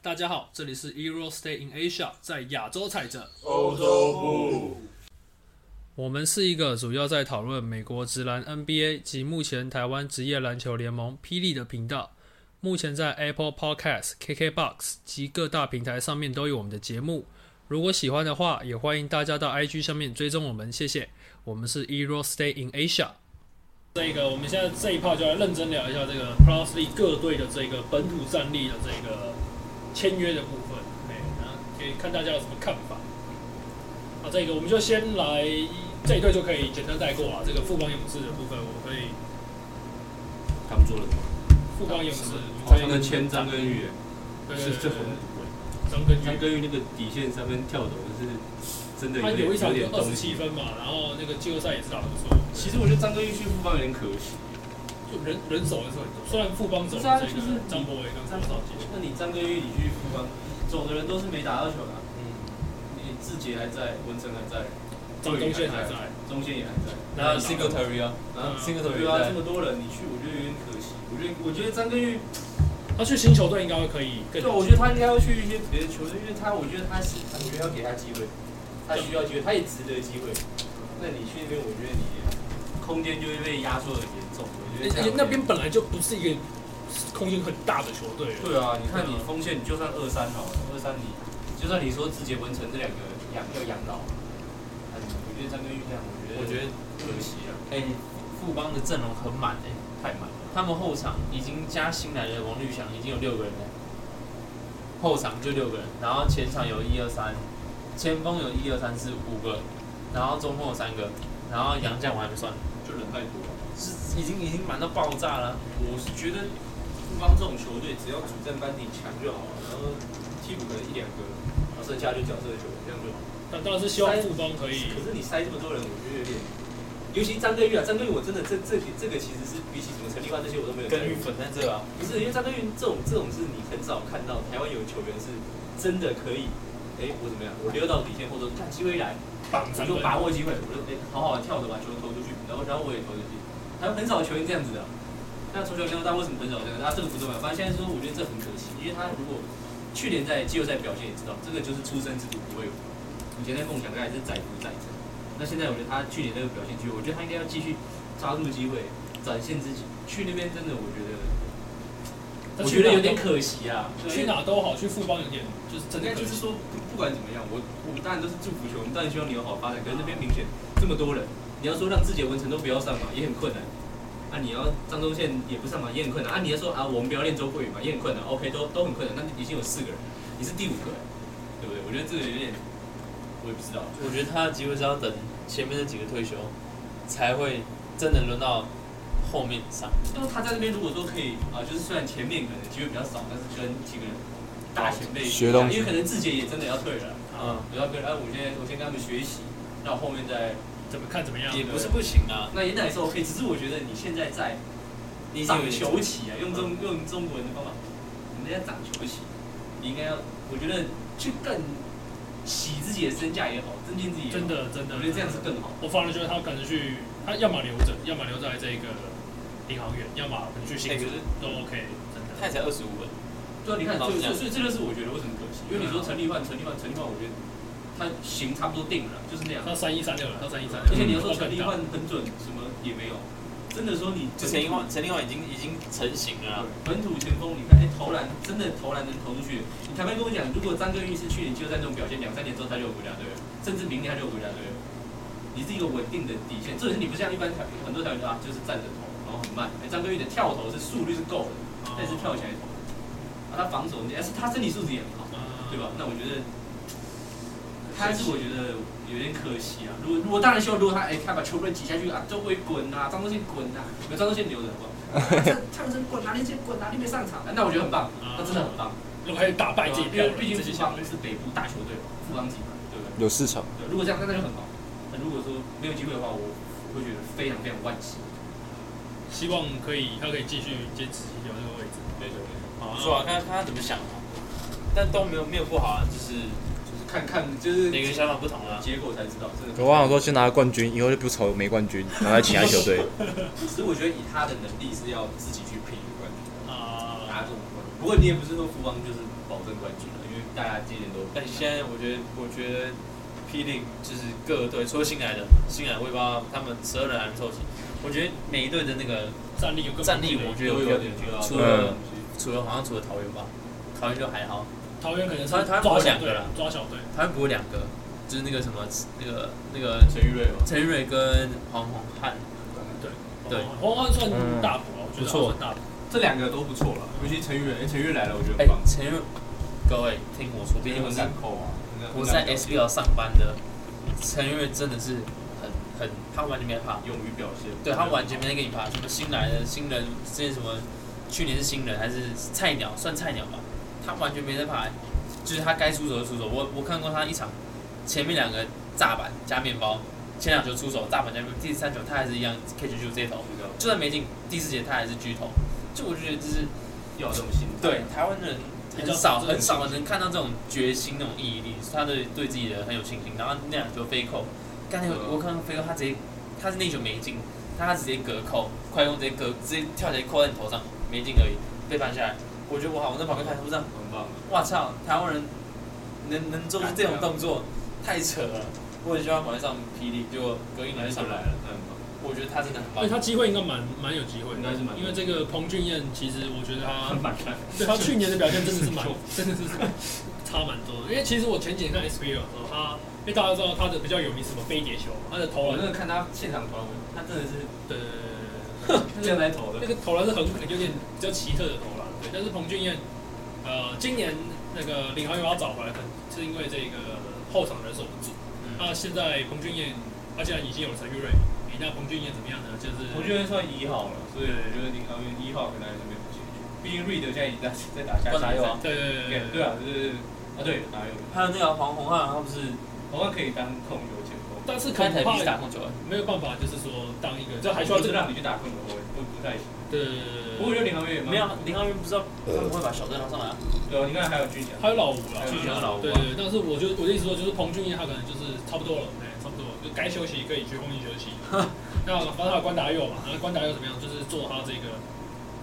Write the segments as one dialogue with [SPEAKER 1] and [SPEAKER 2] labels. [SPEAKER 1] 大家好，这里是 Euro Stay in Asia，在亚洲踩着。
[SPEAKER 2] 欧洲部，
[SPEAKER 1] 我们是一个主要在讨论美国职篮 NBA 及目前台湾职业篮球联盟霹雳的频道。目前在 Apple Podcast、KKBox 及各大平台上面都有我们的节目。如果喜欢的话，也欢迎大家到 IG 上面追踪我们，谢谢。我们是 Euro Stay in Asia。这个我们现在这一趴就来认真聊一下这个 Plus League 各队的这个本土战力的这个签约的部分，
[SPEAKER 2] 嗯
[SPEAKER 1] 哎，然后可以看大家有什么看法。那这个我们就先来这一队就可以简单带过啊。这个富邦勇士的部分，我可以
[SPEAKER 2] 他们做了什么？
[SPEAKER 1] 富邦勇士
[SPEAKER 2] 哦，他们签张根宇，
[SPEAKER 1] 对
[SPEAKER 2] 是
[SPEAKER 1] 对
[SPEAKER 2] 这
[SPEAKER 1] 对
[SPEAKER 2] 很
[SPEAKER 1] 张根
[SPEAKER 2] 张
[SPEAKER 1] 宇，
[SPEAKER 2] 根宇那个底线三分跳投是真的
[SPEAKER 1] 他
[SPEAKER 2] 有点
[SPEAKER 1] 有一场
[SPEAKER 2] 有
[SPEAKER 1] 就
[SPEAKER 2] 点
[SPEAKER 1] 二
[SPEAKER 2] 东
[SPEAKER 1] 十
[SPEAKER 2] 西嗯
[SPEAKER 1] 七。分嘛，然后那个季后赛也是打得不错。
[SPEAKER 2] 其实我觉得张根宇去富邦有点可惜。
[SPEAKER 1] 就人人手也是很多，虽然富邦走
[SPEAKER 3] 不是啊
[SPEAKER 1] 了这
[SPEAKER 3] 就
[SPEAKER 1] 个
[SPEAKER 3] 是
[SPEAKER 1] 张博伟跟张
[SPEAKER 3] 张
[SPEAKER 1] 少杰，
[SPEAKER 3] 那你张根玉你去富邦，走的人都是没打到球的啊、
[SPEAKER 2] 嗯，
[SPEAKER 3] 你志杰还在，文成还在，
[SPEAKER 1] 张东宪还在，
[SPEAKER 3] 中线也还在，
[SPEAKER 1] 那 Singletary
[SPEAKER 2] 啊，
[SPEAKER 3] 然
[SPEAKER 1] 嗯
[SPEAKER 3] 后
[SPEAKER 2] Singletary
[SPEAKER 3] 对啊，
[SPEAKER 2] 在
[SPEAKER 3] 这么多人你去，我觉得有点可惜。我觉得我觉得张根玉，
[SPEAKER 1] 他去新球队应该会可以更
[SPEAKER 3] 对，。我觉得他应该要去一些别的球队，因为他我觉得他是，我觉得要给他机会，他需要机会，他也值得机会。那你去那边，我觉得你空间就会被压缩的很严重。我
[SPEAKER 1] 而
[SPEAKER 3] 觉得这
[SPEAKER 1] 且
[SPEAKER 3] 样
[SPEAKER 1] 哎那边本来就不是一个空间很大的球队了，
[SPEAKER 3] 对啊，你看你锋线，你就算二三好了，二三你就算你说志杰、文成这两个养要养老，但我觉得张根玉这样，我觉得
[SPEAKER 4] 我觉得，
[SPEAKER 3] 可惜啊。
[SPEAKER 4] 哎、富邦的阵容很满哎、
[SPEAKER 3] 太慢了。
[SPEAKER 4] 他们后场已经加新来的王绿翔，已经有六个人了，后场就六个人，然后前场有一二三，前锋有一二三四五个，然后中锋有三个，然后杨将我还没算，
[SPEAKER 3] 就人太多了。
[SPEAKER 4] 是已经已经满到爆炸了。
[SPEAKER 3] 我是觉得富邦这种球队，只要主战班底强就好了，然后替补可能一两个，然后剩下就角色球员这样就好了。
[SPEAKER 1] 那当然是希望富邦可以
[SPEAKER 3] 可是你塞这么多人，我觉得有点。尤其张根玉啊，张根玉我真的这这这个其实是比起什么陈立焕这些我都没有在意。
[SPEAKER 4] 粉在这啊，
[SPEAKER 3] 不是因为张根玉这种这种是你很少看到台湾有球员是真的可以，哎、我怎么样，我溜到底线或者说看机会一来，
[SPEAKER 1] 绑
[SPEAKER 3] 我
[SPEAKER 1] 三分，
[SPEAKER 3] 就把握机会，我就哎、好好地跳着把球投出去，然后然后我也投进去。还有很少球员这样子的、那足球联盟大为什么很少这样？啊，这个不重要。反正现在说，我觉得这很可惜，因为他如果去年在季后赛表现也知道，这个就是出生之犊不畏虎。以前在梦想家也是载浮载沉，那现在我觉得他去年那个表现，其实我觉得他应该要继续抓住机会，展现自己。去那边真的，我觉得
[SPEAKER 1] 他
[SPEAKER 3] 我
[SPEAKER 1] 去
[SPEAKER 3] 觉得
[SPEAKER 1] 哪
[SPEAKER 3] 有
[SPEAKER 1] 都
[SPEAKER 3] 点可惜啊。
[SPEAKER 1] 去哪都好，去富邦有点就是真
[SPEAKER 3] 应
[SPEAKER 1] 的
[SPEAKER 3] 该
[SPEAKER 1] 可
[SPEAKER 3] 就
[SPEAKER 1] 惜。
[SPEAKER 3] 是说，不不管怎么样，我我们当然都是祝福球，我们当然希望你有好发展。可是那边明显这么多人，你要说让自己的文成都不要上嘛，也很困难。啊，你要张忠宪也不上嘛，也很困难。啊，你要说啊，我们不要练周慧宇嘛，也很困难。OK，都都很困难。那已经有四个人，你是第五个，对不对？我觉得这个有点，我也不知道。
[SPEAKER 4] 我觉得他的机会是要等前面那几个退休，才会真的轮到后面上。
[SPEAKER 3] 就是他在那边如果说可以啊，就是虽然前面可能机会比较少，但是跟几个人大前辈
[SPEAKER 5] 学东
[SPEAKER 3] 因
[SPEAKER 5] 西
[SPEAKER 3] 为可能自己也真的要退了，
[SPEAKER 4] 嗯，
[SPEAKER 3] 我要跟哎、我先我先跟他们学习，那我后面再。
[SPEAKER 1] 怎么看怎么样？
[SPEAKER 4] 也不是不行啊，
[SPEAKER 3] 那也奶是 OK，只是我觉得你现在在
[SPEAKER 4] 你已经
[SPEAKER 3] 涨
[SPEAKER 4] 有嗯点
[SPEAKER 3] 球旗啊，用中用中国人的方法，你在涨球旗，你应该要，我觉得去更洗自己的身价也好，增进自己也好
[SPEAKER 1] 真，的真的
[SPEAKER 3] 我觉得这样是更好。
[SPEAKER 1] 我反而觉得他可能去，他要么留着，要么留在这个银行员，要么可能去新
[SPEAKER 4] 哎
[SPEAKER 1] 竹
[SPEAKER 4] 可是
[SPEAKER 1] 都 OK，真的。
[SPEAKER 4] 他也才二十五分。
[SPEAKER 3] 对啊，你看，
[SPEAKER 4] 老
[SPEAKER 3] 所
[SPEAKER 4] 实
[SPEAKER 3] 以
[SPEAKER 4] 讲啊
[SPEAKER 3] 所以这就是我觉得为什么可惜，因为你说陈立焕，陈立焕，陈立焕，我觉得他型差不多定了，就是那样。
[SPEAKER 1] 他三一三六了，他三一三六。
[SPEAKER 3] 而且你要说
[SPEAKER 1] 嗯
[SPEAKER 3] 陈立焕很准，什么也没有，真的说你
[SPEAKER 4] 就陈立焕，陈立焕已经已经成型了啊、
[SPEAKER 3] 本土前锋，你看，哎、投篮真的投篮能投出去。你坦白跟我讲，如果张根玉是去年季后赛这种表现，两三年之后他就有国家队了，甚至明年他就有国家队了。你是一个稳定的底线，这点是你不像一般台很多台球啊，就是站着投，然后很慢。哎、张根玉的跳投是速率是够
[SPEAKER 1] 哦
[SPEAKER 3] 的，但是跳起来投，啊，他防守，但是他身体素质也很好，对吧？那我觉得。他还是我觉得有点可惜啊！如果如果当然希望，如果他哎、他把球队挤下去啊，周围滚啊，张东宪滚啊，有张东宪留着好不好？唱人滚哪里去滚哪里没上场，啊嗯那我觉得很棒，那真的很棒，
[SPEAKER 1] 如果还有嗯打败自己
[SPEAKER 3] 因为
[SPEAKER 1] 标
[SPEAKER 3] 毕竟
[SPEAKER 1] 自己
[SPEAKER 3] 富
[SPEAKER 1] 想
[SPEAKER 3] 邦是北部大球队嘛，富邦集团，对不对？
[SPEAKER 5] 有市场。
[SPEAKER 3] 对，如果这样那那就很好。那如果说没有机会的话，我我会觉得非常非常惋惜。
[SPEAKER 1] 希望可以，他可以继续坚持有这个位置。
[SPEAKER 3] 对对对，
[SPEAKER 1] 好，啊
[SPEAKER 4] 是吧？看看他怎么想啊，但都没有没有不好啊，就是
[SPEAKER 3] 就是看看就是
[SPEAKER 4] 每个人想法不同啊。
[SPEAKER 3] 结果才知道，真的。
[SPEAKER 5] 可
[SPEAKER 1] 啊
[SPEAKER 5] 我想说，先拿冠军，以后就不愁没冠 军，然后再请他球队。
[SPEAKER 3] 其实我觉得以他的能力是要自己去拼一个冠军，
[SPEAKER 1] 那啊，
[SPEAKER 3] 拿这种冠军。不过你也不是说富邦就是
[SPEAKER 6] 保证冠军了，因为大家今年都
[SPEAKER 4] 但现在我觉得，我觉得霹雳就是各队，除了新来的新来，我也不知道他们十二人还能凑齐。我觉得每一队的那个
[SPEAKER 6] 战力有个
[SPEAKER 4] 战力，我觉得有
[SPEAKER 6] 有
[SPEAKER 4] 有
[SPEAKER 6] 点
[SPEAKER 4] 点
[SPEAKER 6] 有
[SPEAKER 4] 除了除了好像除了桃园吧，桃园就还好，
[SPEAKER 6] 桃园可能是
[SPEAKER 4] 他他
[SPEAKER 6] 抓
[SPEAKER 4] 他
[SPEAKER 6] 小
[SPEAKER 4] 两
[SPEAKER 6] 队
[SPEAKER 4] 个啦，
[SPEAKER 6] 抓小队，
[SPEAKER 4] 桃园补了两个，就是那个什么那个那个
[SPEAKER 6] 陈玉瑞嘛，
[SPEAKER 4] 陈玉瑞跟黄宏汉，对
[SPEAKER 1] 哦
[SPEAKER 6] 黄欢算
[SPEAKER 5] 嗯
[SPEAKER 6] 大补了，
[SPEAKER 1] 啊
[SPEAKER 6] 我觉得
[SPEAKER 4] 不错
[SPEAKER 6] 他算大补，
[SPEAKER 3] 这两个都不错了，尤其陈玉仁，哎，陈玉仁来了，我觉得很
[SPEAKER 4] 哎
[SPEAKER 3] 棒，，
[SPEAKER 4] 陈玉瑞，各位听我说，毕
[SPEAKER 3] 因为
[SPEAKER 4] 竟我
[SPEAKER 3] 很
[SPEAKER 4] 是
[SPEAKER 3] 敢扣啊。很敢
[SPEAKER 4] 我是在
[SPEAKER 3] 很敢表现
[SPEAKER 4] SBL 上班的，陈玉瑞真的是很很他完全没怕。
[SPEAKER 3] 勇于表现，
[SPEAKER 4] 对他完全没在跟你怕，什么新来的新人，之前什么去年是新人还是菜鸟，算菜鸟吧，他完全没在怕、就是他该出手就出手。我我看过他一场，前面两个炸板加面包，前两球出手炸板加面包，第三球他还是一样 K 九九这头，就算没进，第四节他还是狙头。就我就觉得这是
[SPEAKER 6] 要有这种心态。
[SPEAKER 4] 对台湾人
[SPEAKER 6] 比
[SPEAKER 4] 很
[SPEAKER 6] 较
[SPEAKER 4] 少
[SPEAKER 6] 这种
[SPEAKER 4] 很少能看到这种决心、那种毅力，他对对自己的很有信心。然后那两球飞扣，刚才我我看到飞扣，他直接他是那球没进，但他直接隔扣，快攻直接隔直接跳起来扣在你头上，没进而已，被扳下来。我觉得我好，我在旁边看，我这样，
[SPEAKER 3] 很棒。
[SPEAKER 4] 哇操，台湾人能能做出这种动作，太扯了。我也希望马上霹雳，结果隔一
[SPEAKER 3] 来
[SPEAKER 4] 年
[SPEAKER 3] 就
[SPEAKER 4] 上
[SPEAKER 3] 来
[SPEAKER 4] 来，
[SPEAKER 3] 了，那很棒。
[SPEAKER 4] 我觉得他真的很
[SPEAKER 1] 而且
[SPEAKER 4] 棒。
[SPEAKER 1] 他机会应该蛮蛮有机会的，
[SPEAKER 3] 应该是蛮
[SPEAKER 1] 因为这个彭俊彦，其实我觉得他
[SPEAKER 3] 满看，
[SPEAKER 1] 对他去年的表现真的是 蛮，真的是差蛮多的。因为其实我前几天看 SBL 的时候，他因为大家知道他的比较有名是什么飞碟球，他的投
[SPEAKER 3] 我
[SPEAKER 1] 篮
[SPEAKER 3] 真，的看他现场投，他真的是
[SPEAKER 1] 对对对
[SPEAKER 3] 这样来投
[SPEAKER 1] 对对对那
[SPEAKER 3] 的，
[SPEAKER 1] 个投篮是很有点比较奇特的投篮。对，但是彭俊彦，呃，今年那个领航员要找回来，可能是因为这个后场人手不足。
[SPEAKER 3] 嗯
[SPEAKER 1] 那现在彭俊彦，他现在已经有了陈玉瑞，诶那彭俊彦怎么样呢？就是
[SPEAKER 3] 我觉得算一号了，所以我觉得林航员一号可能还是没有解决。毕竟瑞德现在已经在在打下
[SPEAKER 4] 不拿
[SPEAKER 3] 决
[SPEAKER 4] 右啊
[SPEAKER 3] 赛，
[SPEAKER 1] 对对对对
[SPEAKER 3] 对对啊，对对对，啊对，哪有？
[SPEAKER 4] 还有那个黄宏汉，他不是
[SPEAKER 3] 好像可以当控球前锋，
[SPEAKER 1] 但是可
[SPEAKER 4] 开
[SPEAKER 1] 能
[SPEAKER 4] 台必须打
[SPEAKER 1] 怕
[SPEAKER 4] 控球，
[SPEAKER 1] 没有办法，就是说当一个，这还需要这
[SPEAKER 3] 是
[SPEAKER 1] 个
[SPEAKER 3] 让你去打控球后卫，不不太行。
[SPEAKER 1] 对，
[SPEAKER 3] 不过我觉得林航员也蛮
[SPEAKER 4] 没有啊林浩云不知道他们会把小队拉上来啊。
[SPEAKER 3] 对啊，你看还有俊
[SPEAKER 1] 还有
[SPEAKER 3] 祥，
[SPEAKER 1] 老吴啦，
[SPEAKER 3] 还有
[SPEAKER 4] 老吴啊
[SPEAKER 1] 对对对，但是我就我的意思说，就是彭俊彦他可能就是差不多了，哎，差不多了，就该休息可以去空地休 息。那反正还有关达佑嘛，那关达佑怎么样？就是做他这个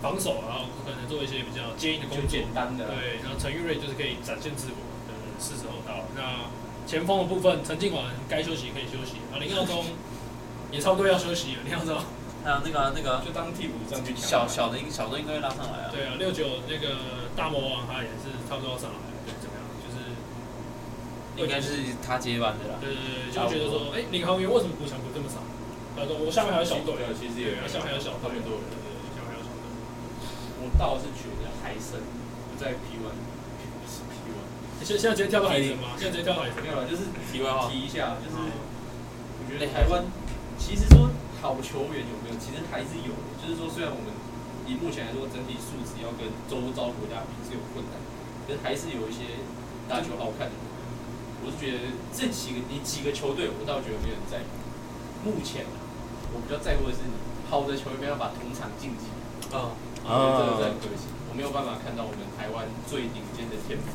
[SPEAKER 1] 防守，然后可能做一些比较接应的工
[SPEAKER 3] 就
[SPEAKER 1] 作。
[SPEAKER 3] 简单的啊，
[SPEAKER 1] 对，然后陈玉瑞就是可以展现自我，对，是时候到了。那前锋的部分，陈靖晚该休息可以休息，啊，林耀宗也差不多要休息了，林耀宗。
[SPEAKER 4] 还有那个啊那个啊
[SPEAKER 3] 就当替补上去抢。
[SPEAKER 4] 小小的小队应该会拉上来啊。
[SPEAKER 1] 对啊，六九那个大魔王他也是差不多要上来了，对，怎么样？就是
[SPEAKER 4] 应该是他接班的啦。
[SPEAKER 1] 对对对，就觉得说，哎、领航员为什么补强补这么少？他说我下面还有小队，
[SPEAKER 3] 对，其实也
[SPEAKER 1] 对，下面还有小队，对对对，下面还有小队。
[SPEAKER 3] 我倒是觉得海参不在 P one，不是 P one。
[SPEAKER 1] 哎现现在直接跳到海神嘛，现在直接跳到海神。
[SPEAKER 3] 没有了，就是
[SPEAKER 4] 题外话，
[SPEAKER 3] 提一下，就是我觉得
[SPEAKER 4] 内
[SPEAKER 3] 台
[SPEAKER 4] 海
[SPEAKER 3] 湾其实说好球员有没有，其实还是有的。就是说，虽然我们以目前来说整体素质要跟周遭国家比是有困难，可是还是有一些打球好看的。我是觉得这几个你几个球队，我倒觉得没有人在意。目前啊，我比较在乎的是你好的球员没有办法同场晋级，
[SPEAKER 4] 嗯，
[SPEAKER 3] 我觉得这个是很可惜，我没有办法看到我们台湾最顶尖的天赋。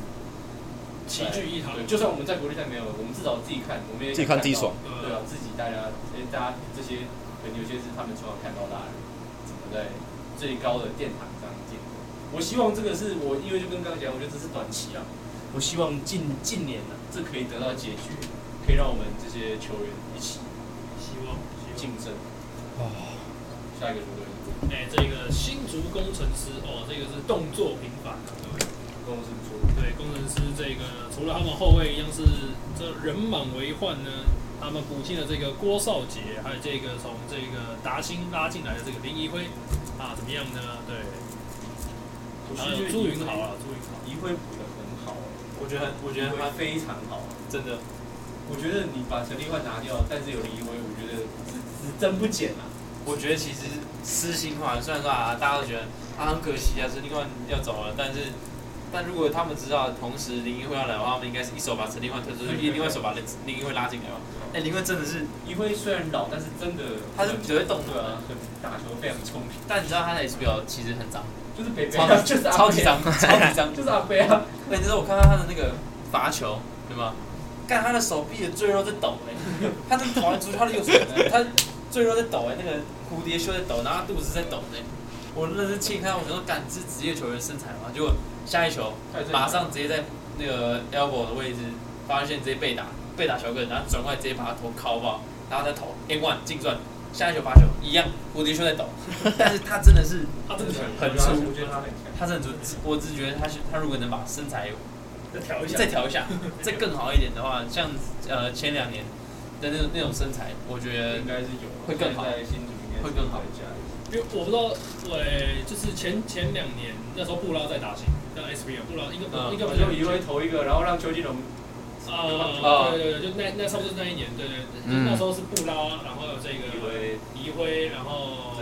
[SPEAKER 1] 齐聚一堂
[SPEAKER 3] 对，就算我们在国际赛没有，我们至少自己看，我们也
[SPEAKER 5] 自己看自己
[SPEAKER 3] 到
[SPEAKER 5] 爽。
[SPEAKER 3] 对啊，自己大家，哎、大家这些可能有些是他们从小看到大的，怎么在最高的殿堂上见过。我希望这个是我，因为就跟刚刚讲，我觉得这是短期啊。我希望近近年呢、啊，这可以得到解决，可以让我们这些球员一起
[SPEAKER 1] 希望
[SPEAKER 3] 竞争。啊下一个球队，
[SPEAKER 1] 哎、这个新竹工程师哦，这个是动作频繁啊，对
[SPEAKER 3] 公司说，
[SPEAKER 1] 对，工程师这个除了他们后卫一样是这人满为患呢，他们补进了这个郭少杰，还有这个从这个达兴拉进来的这个林怡辉啊，怎么样呢？对，
[SPEAKER 3] 我
[SPEAKER 1] 还有朱云豪啊，朱云豪。
[SPEAKER 3] 一会补的很好、
[SPEAKER 4] 我觉得
[SPEAKER 3] 我
[SPEAKER 4] 我觉
[SPEAKER 3] 觉
[SPEAKER 4] 得
[SPEAKER 3] 得他
[SPEAKER 4] 他
[SPEAKER 3] 非常好。
[SPEAKER 4] 真的
[SPEAKER 3] 我觉得你把陈立焕拿掉，但是有林一威，我觉得只只增不减啊。
[SPEAKER 4] 我觉得其实私心话，虽然说啊，大家都觉得啊很可惜啊，陈立焕要走了，但是但如果他们知道同时林一会要来的话，他们应该是一手把陈立焕推出去，另外一手把林林一会拉进来吧。哎，林一会真的是
[SPEAKER 3] 一威虽然老，但是真的
[SPEAKER 4] 他是只会动
[SPEAKER 3] 对
[SPEAKER 4] 的
[SPEAKER 3] 啊，，很打球非常聪明，
[SPEAKER 4] 但你知道他的 SBL 其实很脏，
[SPEAKER 3] 就是北北
[SPEAKER 4] 超
[SPEAKER 3] 啊，
[SPEAKER 4] 级
[SPEAKER 3] 就是阿
[SPEAKER 4] 超级
[SPEAKER 3] 北啊，
[SPEAKER 4] 脏， 超级脏，
[SPEAKER 3] 就是阿北啊。
[SPEAKER 4] 那哎你知道我看到他的那个罚球，对吗？干他的手臂的赘肉在抖哎、他的欸跑完足球，他的右手呢，他赘肉在抖哎、那个蝴蝶袖在抖，然后他肚子在抖哎、我那是气看，我想说，敢是职业球员身材吗？结果下一球
[SPEAKER 3] 太正常
[SPEAKER 4] 马上直接在那个 elbow 的位置发现直接被打，被打小个，然后转过来直接把他头敲爆，然后再投 n one 净赚，下一球罚球一样，蝴蝶袖在抖， 但是他真的是
[SPEAKER 1] 他这个很
[SPEAKER 4] 很
[SPEAKER 3] 粗
[SPEAKER 4] 粗，
[SPEAKER 3] 我觉得他很强。
[SPEAKER 4] 他真的是，我只是觉得他是他如果能把身材
[SPEAKER 1] 再调一下
[SPEAKER 4] 再，调一 下，再更好一点的话，像呃前两年的那种那种身材，我觉得
[SPEAKER 3] 应该是有，
[SPEAKER 4] 会更好
[SPEAKER 3] 现在新竹应该是
[SPEAKER 4] 会更好
[SPEAKER 3] 在加油
[SPEAKER 1] 因为我不知道，我、就是前前两年那时候布拉在打新，那 SBL 布拉一个、
[SPEAKER 4] 嗯
[SPEAKER 1] 一个
[SPEAKER 3] 要
[SPEAKER 1] 不
[SPEAKER 3] 不
[SPEAKER 1] 就
[SPEAKER 3] 就一位投一个，然后让邱
[SPEAKER 1] 嗯
[SPEAKER 3] 金龙
[SPEAKER 1] 呃，对对对，就那那差不多是那一年，对对对，就是那时候是布拉，然后有这
[SPEAKER 3] 一
[SPEAKER 1] 个
[SPEAKER 3] 位
[SPEAKER 1] 黎辉，然后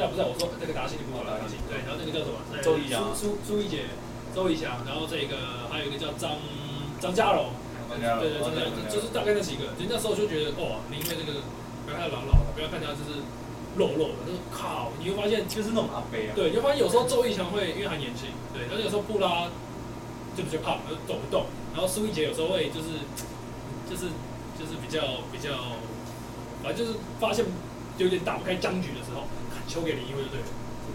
[SPEAKER 1] 不是啊不是啊，我说那个达西的布拉达西，对，然后那个叫什么？呃
[SPEAKER 4] 周怡翔
[SPEAKER 1] 苏苏苏怡姐，周怡翔，然后这个还有一个叫张张家荣，
[SPEAKER 3] 张家
[SPEAKER 1] 对对，张
[SPEAKER 3] 荣
[SPEAKER 1] 家荣，就是大概那几个，就那时候就觉得哦哇，林月这个不要看老老的，不要看他就是肉肉的，就是靠，你会发现
[SPEAKER 3] 就是那种阿飞啊，
[SPEAKER 1] 对，就发现有时候周一翔会，因为他年轻，对，然后有时候布拉就比较胖，就走不动，然后苏一杰有时候会就是就是就是比较比较，反正就是发现有点打不开僵局的时候，看球给林一辉就对了，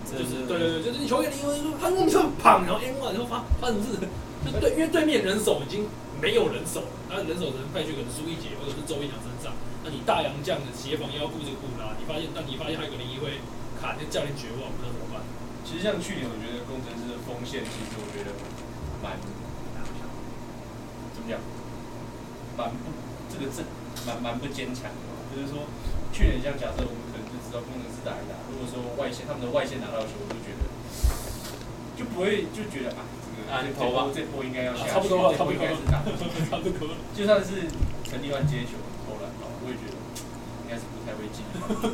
[SPEAKER 1] 就是对对对，就是你球给林一辉，说他那么胖，然后 N 完然后发发生是，就对，因为对面人手已经没有人手了，那人手只能派去可能苏一杰或者是周一翔身上，那你大洋将的协防要顾这个布拉，你发现那你发现还有个林一辉卡，就教练绝望，不知道怎么办。
[SPEAKER 3] 其实像去年，我觉得工程师的锋线，其实我觉得蛮怎么讲，蛮不这个阵蛮蛮不坚强的。哦就是说，去年像假设我们可能就知道工程师打一打，如果说外线他们的外线拿到球，我就觉得就不会就觉得啊，这个
[SPEAKER 4] 啊
[SPEAKER 3] 这
[SPEAKER 4] 你投吧
[SPEAKER 3] 这波应该要下
[SPEAKER 1] 啊
[SPEAKER 3] 去，
[SPEAKER 1] 差不多啊了
[SPEAKER 3] 这波应该是打。
[SPEAKER 1] 差不多。
[SPEAKER 3] 就算是陈立焕接球投篮吧，哦我也觉得应该是不太会进。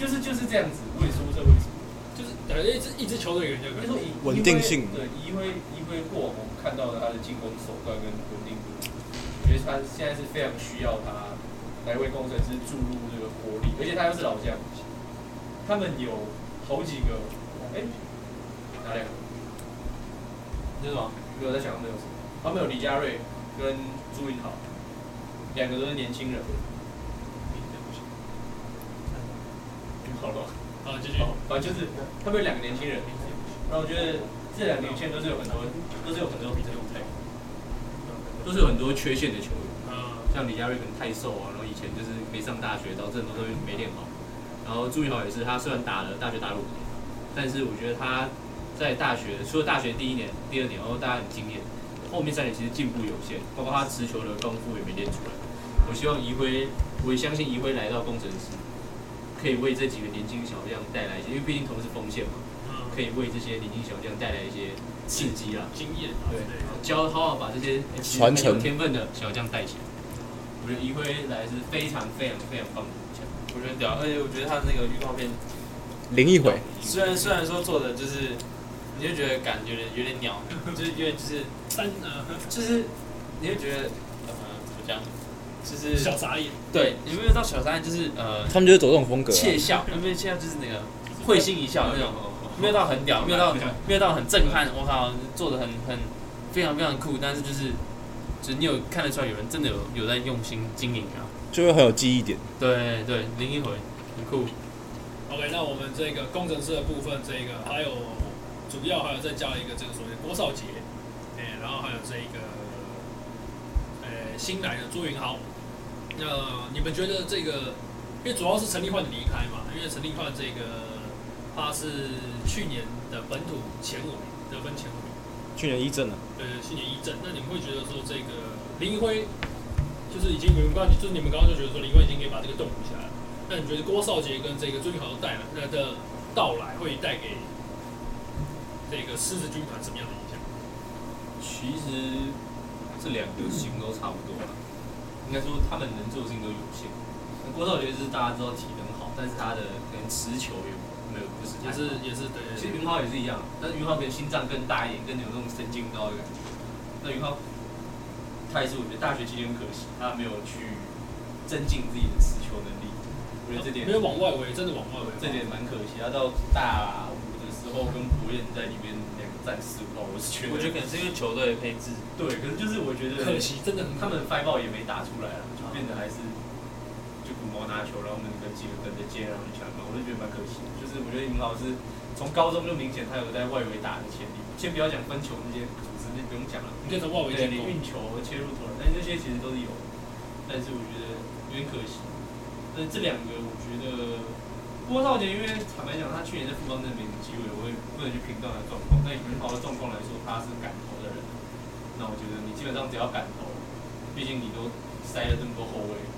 [SPEAKER 3] 就是就是这样子，我也说不出为什么。
[SPEAKER 1] 就是感觉一支一支球队给人家
[SPEAKER 3] 应该
[SPEAKER 1] 感
[SPEAKER 3] 说
[SPEAKER 1] 觉，
[SPEAKER 3] 以
[SPEAKER 5] 稳定性
[SPEAKER 3] 对，因为因为过往我们看到的他的进攻手段跟稳定度，我觉得他现在是非常需要他来为工程师注入这个活力，而且他又是老将，他们有好几个，哎、哪两个？
[SPEAKER 4] 那什么
[SPEAKER 3] 没有我在想他们有什么？他们有李佳瑞跟朱云豪，两个都是年轻人。好了，
[SPEAKER 1] 好，继续。
[SPEAKER 5] 嗯
[SPEAKER 3] 反正就是他们有两个年轻人，那我觉得这两个年轻人都是有很多，都是有很多比这种太都是有很多缺陷的球员，
[SPEAKER 1] 嗯，
[SPEAKER 3] 像李佳瑞可能太瘦啊，然后以前就是没上大学，导致很多东西没练好。然后朱宇豪也是，他虽然打了大学打了五年，但是我觉得他在大学除了大学第一年、第二年，然后大家很惊艳，后面三年其实进步有限，包括他持球的功夫也没练出来。我希望怡辉，我也相信怡辉来到工程师，可以为这几个年轻小将带来一些，因为毕竟同是锋线嘛，可以为这些年轻小将带来一些刺激啦。
[SPEAKER 1] 经验啊之
[SPEAKER 3] 对
[SPEAKER 1] 类的，
[SPEAKER 3] 教好好把这些
[SPEAKER 5] 传承
[SPEAKER 3] 很有天分的小将带起来。我觉得一辉来是非常非常非常棒的武将，
[SPEAKER 4] 我觉得屌，而且我觉得他那个预告片，
[SPEAKER 5] 林一辉，
[SPEAKER 4] 虽然虽然说做的就是，你就觉得感觉有点有点鸟，就是有点就是
[SPEAKER 1] 三呃
[SPEAKER 4] 就是，你会觉得呃怎么讲，就是
[SPEAKER 1] 小傻眼，
[SPEAKER 4] 对，你有没有到小三就是呃
[SPEAKER 5] 他们就是走这种风格、啊。
[SPEAKER 4] 窃笑，有没有窃笑就是那个会心一笑那种，没有到很屌，没有到没有到很震撼，我靠，做的很很非常非常酷，但是就是就是你有看得出来有人真的有有在用心经营啊，
[SPEAKER 5] 就会很有记忆点。
[SPEAKER 4] 对对，林一回很酷，
[SPEAKER 1] OK，那我们这个工程师的部分，这个还有主要还有再加一个这个所谓的郭少杰，哎、然后还有这个呃新来的朱云豪。那、你们觉得这个，因为主要是陈立焕的离开嘛，因为陈立焕这个他是去年的本土前五名得分前五名，
[SPEAKER 5] 去年一阵啊，
[SPEAKER 1] 呃去年一阵，那你们会觉得说这个林一辉就是已经你们刚就是你们刚刚就觉得说林一辉已经可以把这个动补起来了，那你觉得郭少杰跟这个朱俊豪带来那的到来会带给这个狮子军团什么样的影响？
[SPEAKER 3] 其实这两个型都差不多啦，应该说他们能做的事情都有限。那郭少杰是大家知道体能好，但是他的可能持球也没有不是
[SPEAKER 1] 也
[SPEAKER 3] 太好
[SPEAKER 1] 是也是对
[SPEAKER 3] 其实云浩也是一样，但是云浩可能心脏更大一点，更有那种神经高的感觉。那云浩，他也是我觉得大学期间很可惜，他没有去增进自己的持球能力，我觉得这点
[SPEAKER 1] 没有往外围，真的往外围，
[SPEAKER 3] 这点蛮可惜。他到大五的时候跟博彦在里面两个战四五哦我是觉得，
[SPEAKER 4] 我觉得可能是因为球队的配置，
[SPEAKER 3] 对，可是就是我觉得
[SPEAKER 1] 可惜，真的很
[SPEAKER 3] 他们 f i 也没打出来啊，就变得还是。就古毛拿球，然后我们跟几个跟着接，然后抢到，我就觉得蛮可惜的。就是我觉得尹老师从高中就明显他有在外围打的潜力，先不要讲分球那些组织，那不用讲了。
[SPEAKER 1] 你就从外围
[SPEAKER 3] 对，
[SPEAKER 1] 进攻。
[SPEAKER 3] 连运球、切入投篮，但这些其实都是有的，但是我觉得有点可惜。但是这两个，我觉得郭少杰，因为坦白讲，他去年在富邦真的没什么机会，我也不能去评断他的状况。但以很好的状况来说，他是敢投的人，那我觉得你基本上只要敢投，毕竟你都塞了这么多后卫，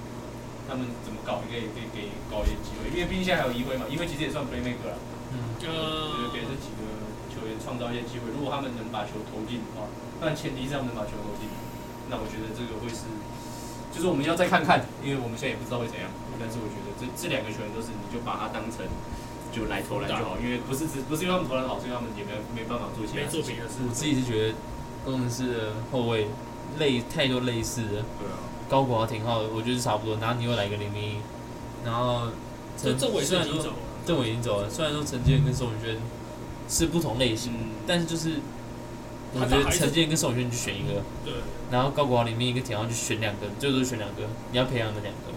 [SPEAKER 3] 他们怎么搞应该也可以给搞一些机会，因为毕竟现在还有一辉嘛，一辉其实也算 playmaker 啊了。
[SPEAKER 4] 嗯
[SPEAKER 3] 我觉得
[SPEAKER 1] 呃，
[SPEAKER 3] 给这几个球员创造一些机会，如果他们能把球投进的话，但前提是他们能把球投进，那我觉得这个会是，就是我们要再看看，因为我们现在也不知道会怎样。但是我觉得这这两个球员都是，你就把它当成就来投篮就好，因为不是只不是因为他们投篮好，所以他们也没有没办法做其
[SPEAKER 1] 没
[SPEAKER 3] 他
[SPEAKER 1] 做
[SPEAKER 3] 事
[SPEAKER 1] 别
[SPEAKER 3] 情。
[SPEAKER 1] 的事。
[SPEAKER 4] 我自己是觉得工程师的后卫类太多类似的，
[SPEAKER 3] 对啊，
[SPEAKER 4] 高国豪挺好的，我觉得是差不多。然后你又来个零零一，然后
[SPEAKER 1] 这这我也
[SPEAKER 4] 虽
[SPEAKER 1] 是
[SPEAKER 4] 然
[SPEAKER 1] 已经走
[SPEAKER 4] 说
[SPEAKER 1] 了。
[SPEAKER 4] 邓伟已经走了，虽然说陈建跟宋宇轩是不同类型，
[SPEAKER 3] 嗯，
[SPEAKER 4] 但是就是我
[SPEAKER 1] 他
[SPEAKER 4] 觉
[SPEAKER 1] 他
[SPEAKER 4] 得
[SPEAKER 1] 还是
[SPEAKER 4] 陈建跟宋宇轩你就选一个，
[SPEAKER 1] 对，
[SPEAKER 4] 然后高国豪里面一个田浩就选两个，最多选两个，你要培养的两个，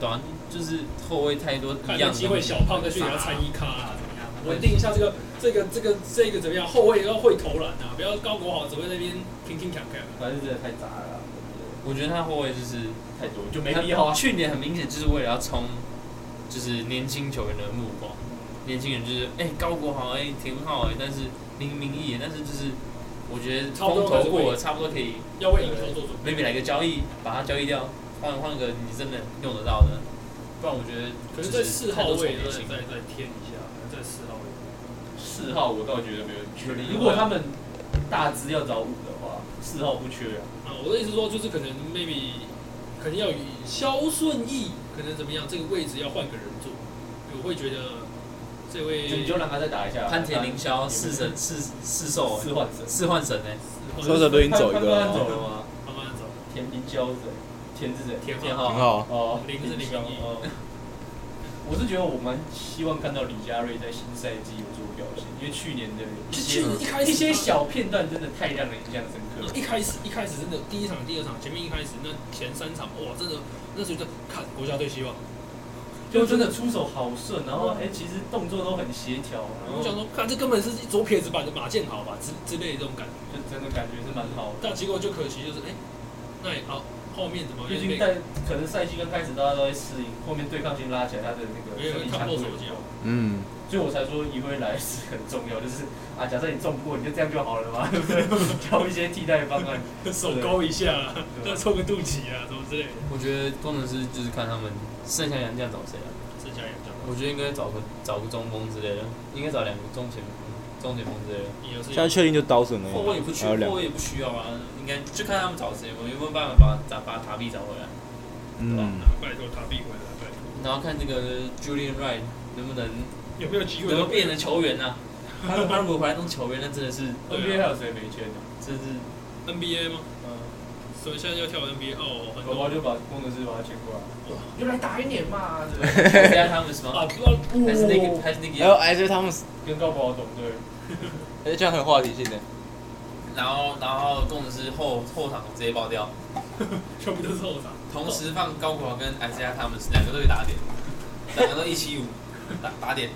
[SPEAKER 4] 对啊，就是后卫太多
[SPEAKER 1] 看
[SPEAKER 4] 一
[SPEAKER 1] 有
[SPEAKER 4] 样
[SPEAKER 1] 机会，小胖再去给他参
[SPEAKER 4] 参
[SPEAKER 1] 一咖啊，怎么样？稳定一下这个这个这个这个怎么样？后卫要会投篮啊，不要高国豪只会在那边拼拼抢抢。
[SPEAKER 3] 反正真的太杂了啦，我觉得
[SPEAKER 4] 我觉得他后卫就是
[SPEAKER 3] 太多就没必要啊。
[SPEAKER 4] 去年很明显就是为了要冲，就是年轻球员的目光，年轻人就是哎、高国豪哎、田浩哎、但是林明义，但是就是我觉得
[SPEAKER 1] 差不
[SPEAKER 4] 风
[SPEAKER 1] 多
[SPEAKER 4] 头过了，差不多可以
[SPEAKER 1] 要为赢球做准备。
[SPEAKER 4] maybe 来个交易，把他交易掉，换换个你真的用得到的，不然我觉得
[SPEAKER 1] 可，
[SPEAKER 4] 就是
[SPEAKER 1] 在四号位再
[SPEAKER 4] 太
[SPEAKER 1] 再
[SPEAKER 4] 多重叠性
[SPEAKER 1] 再添一下，在四号位。
[SPEAKER 3] 四号我倒觉得没有缺力，
[SPEAKER 4] 如
[SPEAKER 3] 如
[SPEAKER 4] 果
[SPEAKER 3] 果
[SPEAKER 4] 他
[SPEAKER 3] 他们大致要找五的话，四号不缺啊。
[SPEAKER 1] 啊，我的意思说就是可能 maybe 可能要以肖顺义可能怎么样，这个位置要换个人坐。我会觉得这位
[SPEAKER 3] 就你就让他再打一下。
[SPEAKER 4] 潘田凌霄四神四四兽哎
[SPEAKER 3] 四换神，
[SPEAKER 4] 四换神哎、
[SPEAKER 5] 说这不是已经走一个
[SPEAKER 3] 潘潘潘潘
[SPEAKER 5] 了吗？
[SPEAKER 3] 走了吗？
[SPEAKER 1] 慢慢走，
[SPEAKER 3] 田林娇是谁？田是谁？
[SPEAKER 1] 田
[SPEAKER 4] 田
[SPEAKER 1] 浩
[SPEAKER 4] 浩
[SPEAKER 5] 很好啊，
[SPEAKER 3] 哦
[SPEAKER 1] 林是林明义
[SPEAKER 3] 哦。我是觉得我蛮希望看到李佳瑞在新赛季有所表现，因为去年的一
[SPEAKER 1] 就去
[SPEAKER 3] 些
[SPEAKER 1] 年一开始
[SPEAKER 3] 一些小片段真的太让人印象深刻了。
[SPEAKER 1] 一开始一开始真的第一场、第二场前面一开始那前三场哇，真的那时候就看国家队希望，
[SPEAKER 3] 就真的出手好顺，然
[SPEAKER 1] 嗯
[SPEAKER 3] 后哎、其实动作都很协调，然
[SPEAKER 1] 我
[SPEAKER 3] 后
[SPEAKER 1] 想说看这根本是左撇子版的马建豪吧之之类的这种感觉，
[SPEAKER 3] 就真的感觉是蛮好的。
[SPEAKER 1] 但结果就可惜就是哎、那也好后面怎么
[SPEAKER 3] 毕
[SPEAKER 1] 又
[SPEAKER 3] 竟
[SPEAKER 1] 被
[SPEAKER 3] 在可能赛季刚开始大家都在适应，后面对抗性拉起来，他的那个
[SPEAKER 1] 没有
[SPEAKER 3] 胜
[SPEAKER 1] 人
[SPEAKER 3] 利
[SPEAKER 1] 看
[SPEAKER 3] 强
[SPEAKER 1] 破
[SPEAKER 3] 度
[SPEAKER 1] 手
[SPEAKER 3] 很
[SPEAKER 1] 脚
[SPEAKER 3] 高。
[SPEAKER 5] 嗯，
[SPEAKER 3] 所以我才说移回来是很重要，就是啊，假设你中不过，你就这样就好了嘛， 对不对？挑一些替代方案。
[SPEAKER 1] 手勾一下，再抽个肚脐啊什么之类的，
[SPEAKER 4] 我觉得工程师就是看他们剩下洋将找谁啊。
[SPEAKER 1] 剩下也比较
[SPEAKER 4] 我觉得应该找个找个中锋之类的，应该找两个中前中前锋之类的。
[SPEAKER 1] 也是
[SPEAKER 5] 现在确定就刀神
[SPEAKER 4] 后卫也
[SPEAKER 5] 了，
[SPEAKER 4] 不需
[SPEAKER 5] 嗯还有两
[SPEAKER 4] 后
[SPEAKER 5] 个
[SPEAKER 4] 卫也不需要啊，应该就看他们找谁，我有没有办法把把把塔比找回来，
[SPEAKER 5] 嗯，
[SPEAKER 1] 拜托他必回来，拜托
[SPEAKER 4] 然后看这个 Julian Wright 能不能
[SPEAKER 1] 有没有机
[SPEAKER 4] 怎么变成球员呐、他他如果回来当球员，那真的是
[SPEAKER 3] NBA 还有谁没签呢？
[SPEAKER 4] 真是
[SPEAKER 1] NBA 吗？
[SPEAKER 3] 嗯，
[SPEAKER 1] 所以现在要跳 NBA 哦，很
[SPEAKER 3] 宝宝
[SPEAKER 1] 多
[SPEAKER 3] 就把工程师把他签过来
[SPEAKER 1] 哇，
[SPEAKER 3] 就来打一年嘛，对不对？
[SPEAKER 4] 还是他们什么？
[SPEAKER 1] 啊，不要
[SPEAKER 4] 还是那
[SPEAKER 3] 哦
[SPEAKER 4] 个还是那
[SPEAKER 5] 还有
[SPEAKER 4] 个？
[SPEAKER 5] IJ 他们，
[SPEAKER 3] 跟高宝董对，
[SPEAKER 5] 哎，这样很有话题性的，
[SPEAKER 4] 然后然后工程师后后场直接爆掉，
[SPEAKER 1] 全部都是后场，
[SPEAKER 4] 同时放高国豪跟埃塞亚他们两个都有打点，两个都一七五打打点，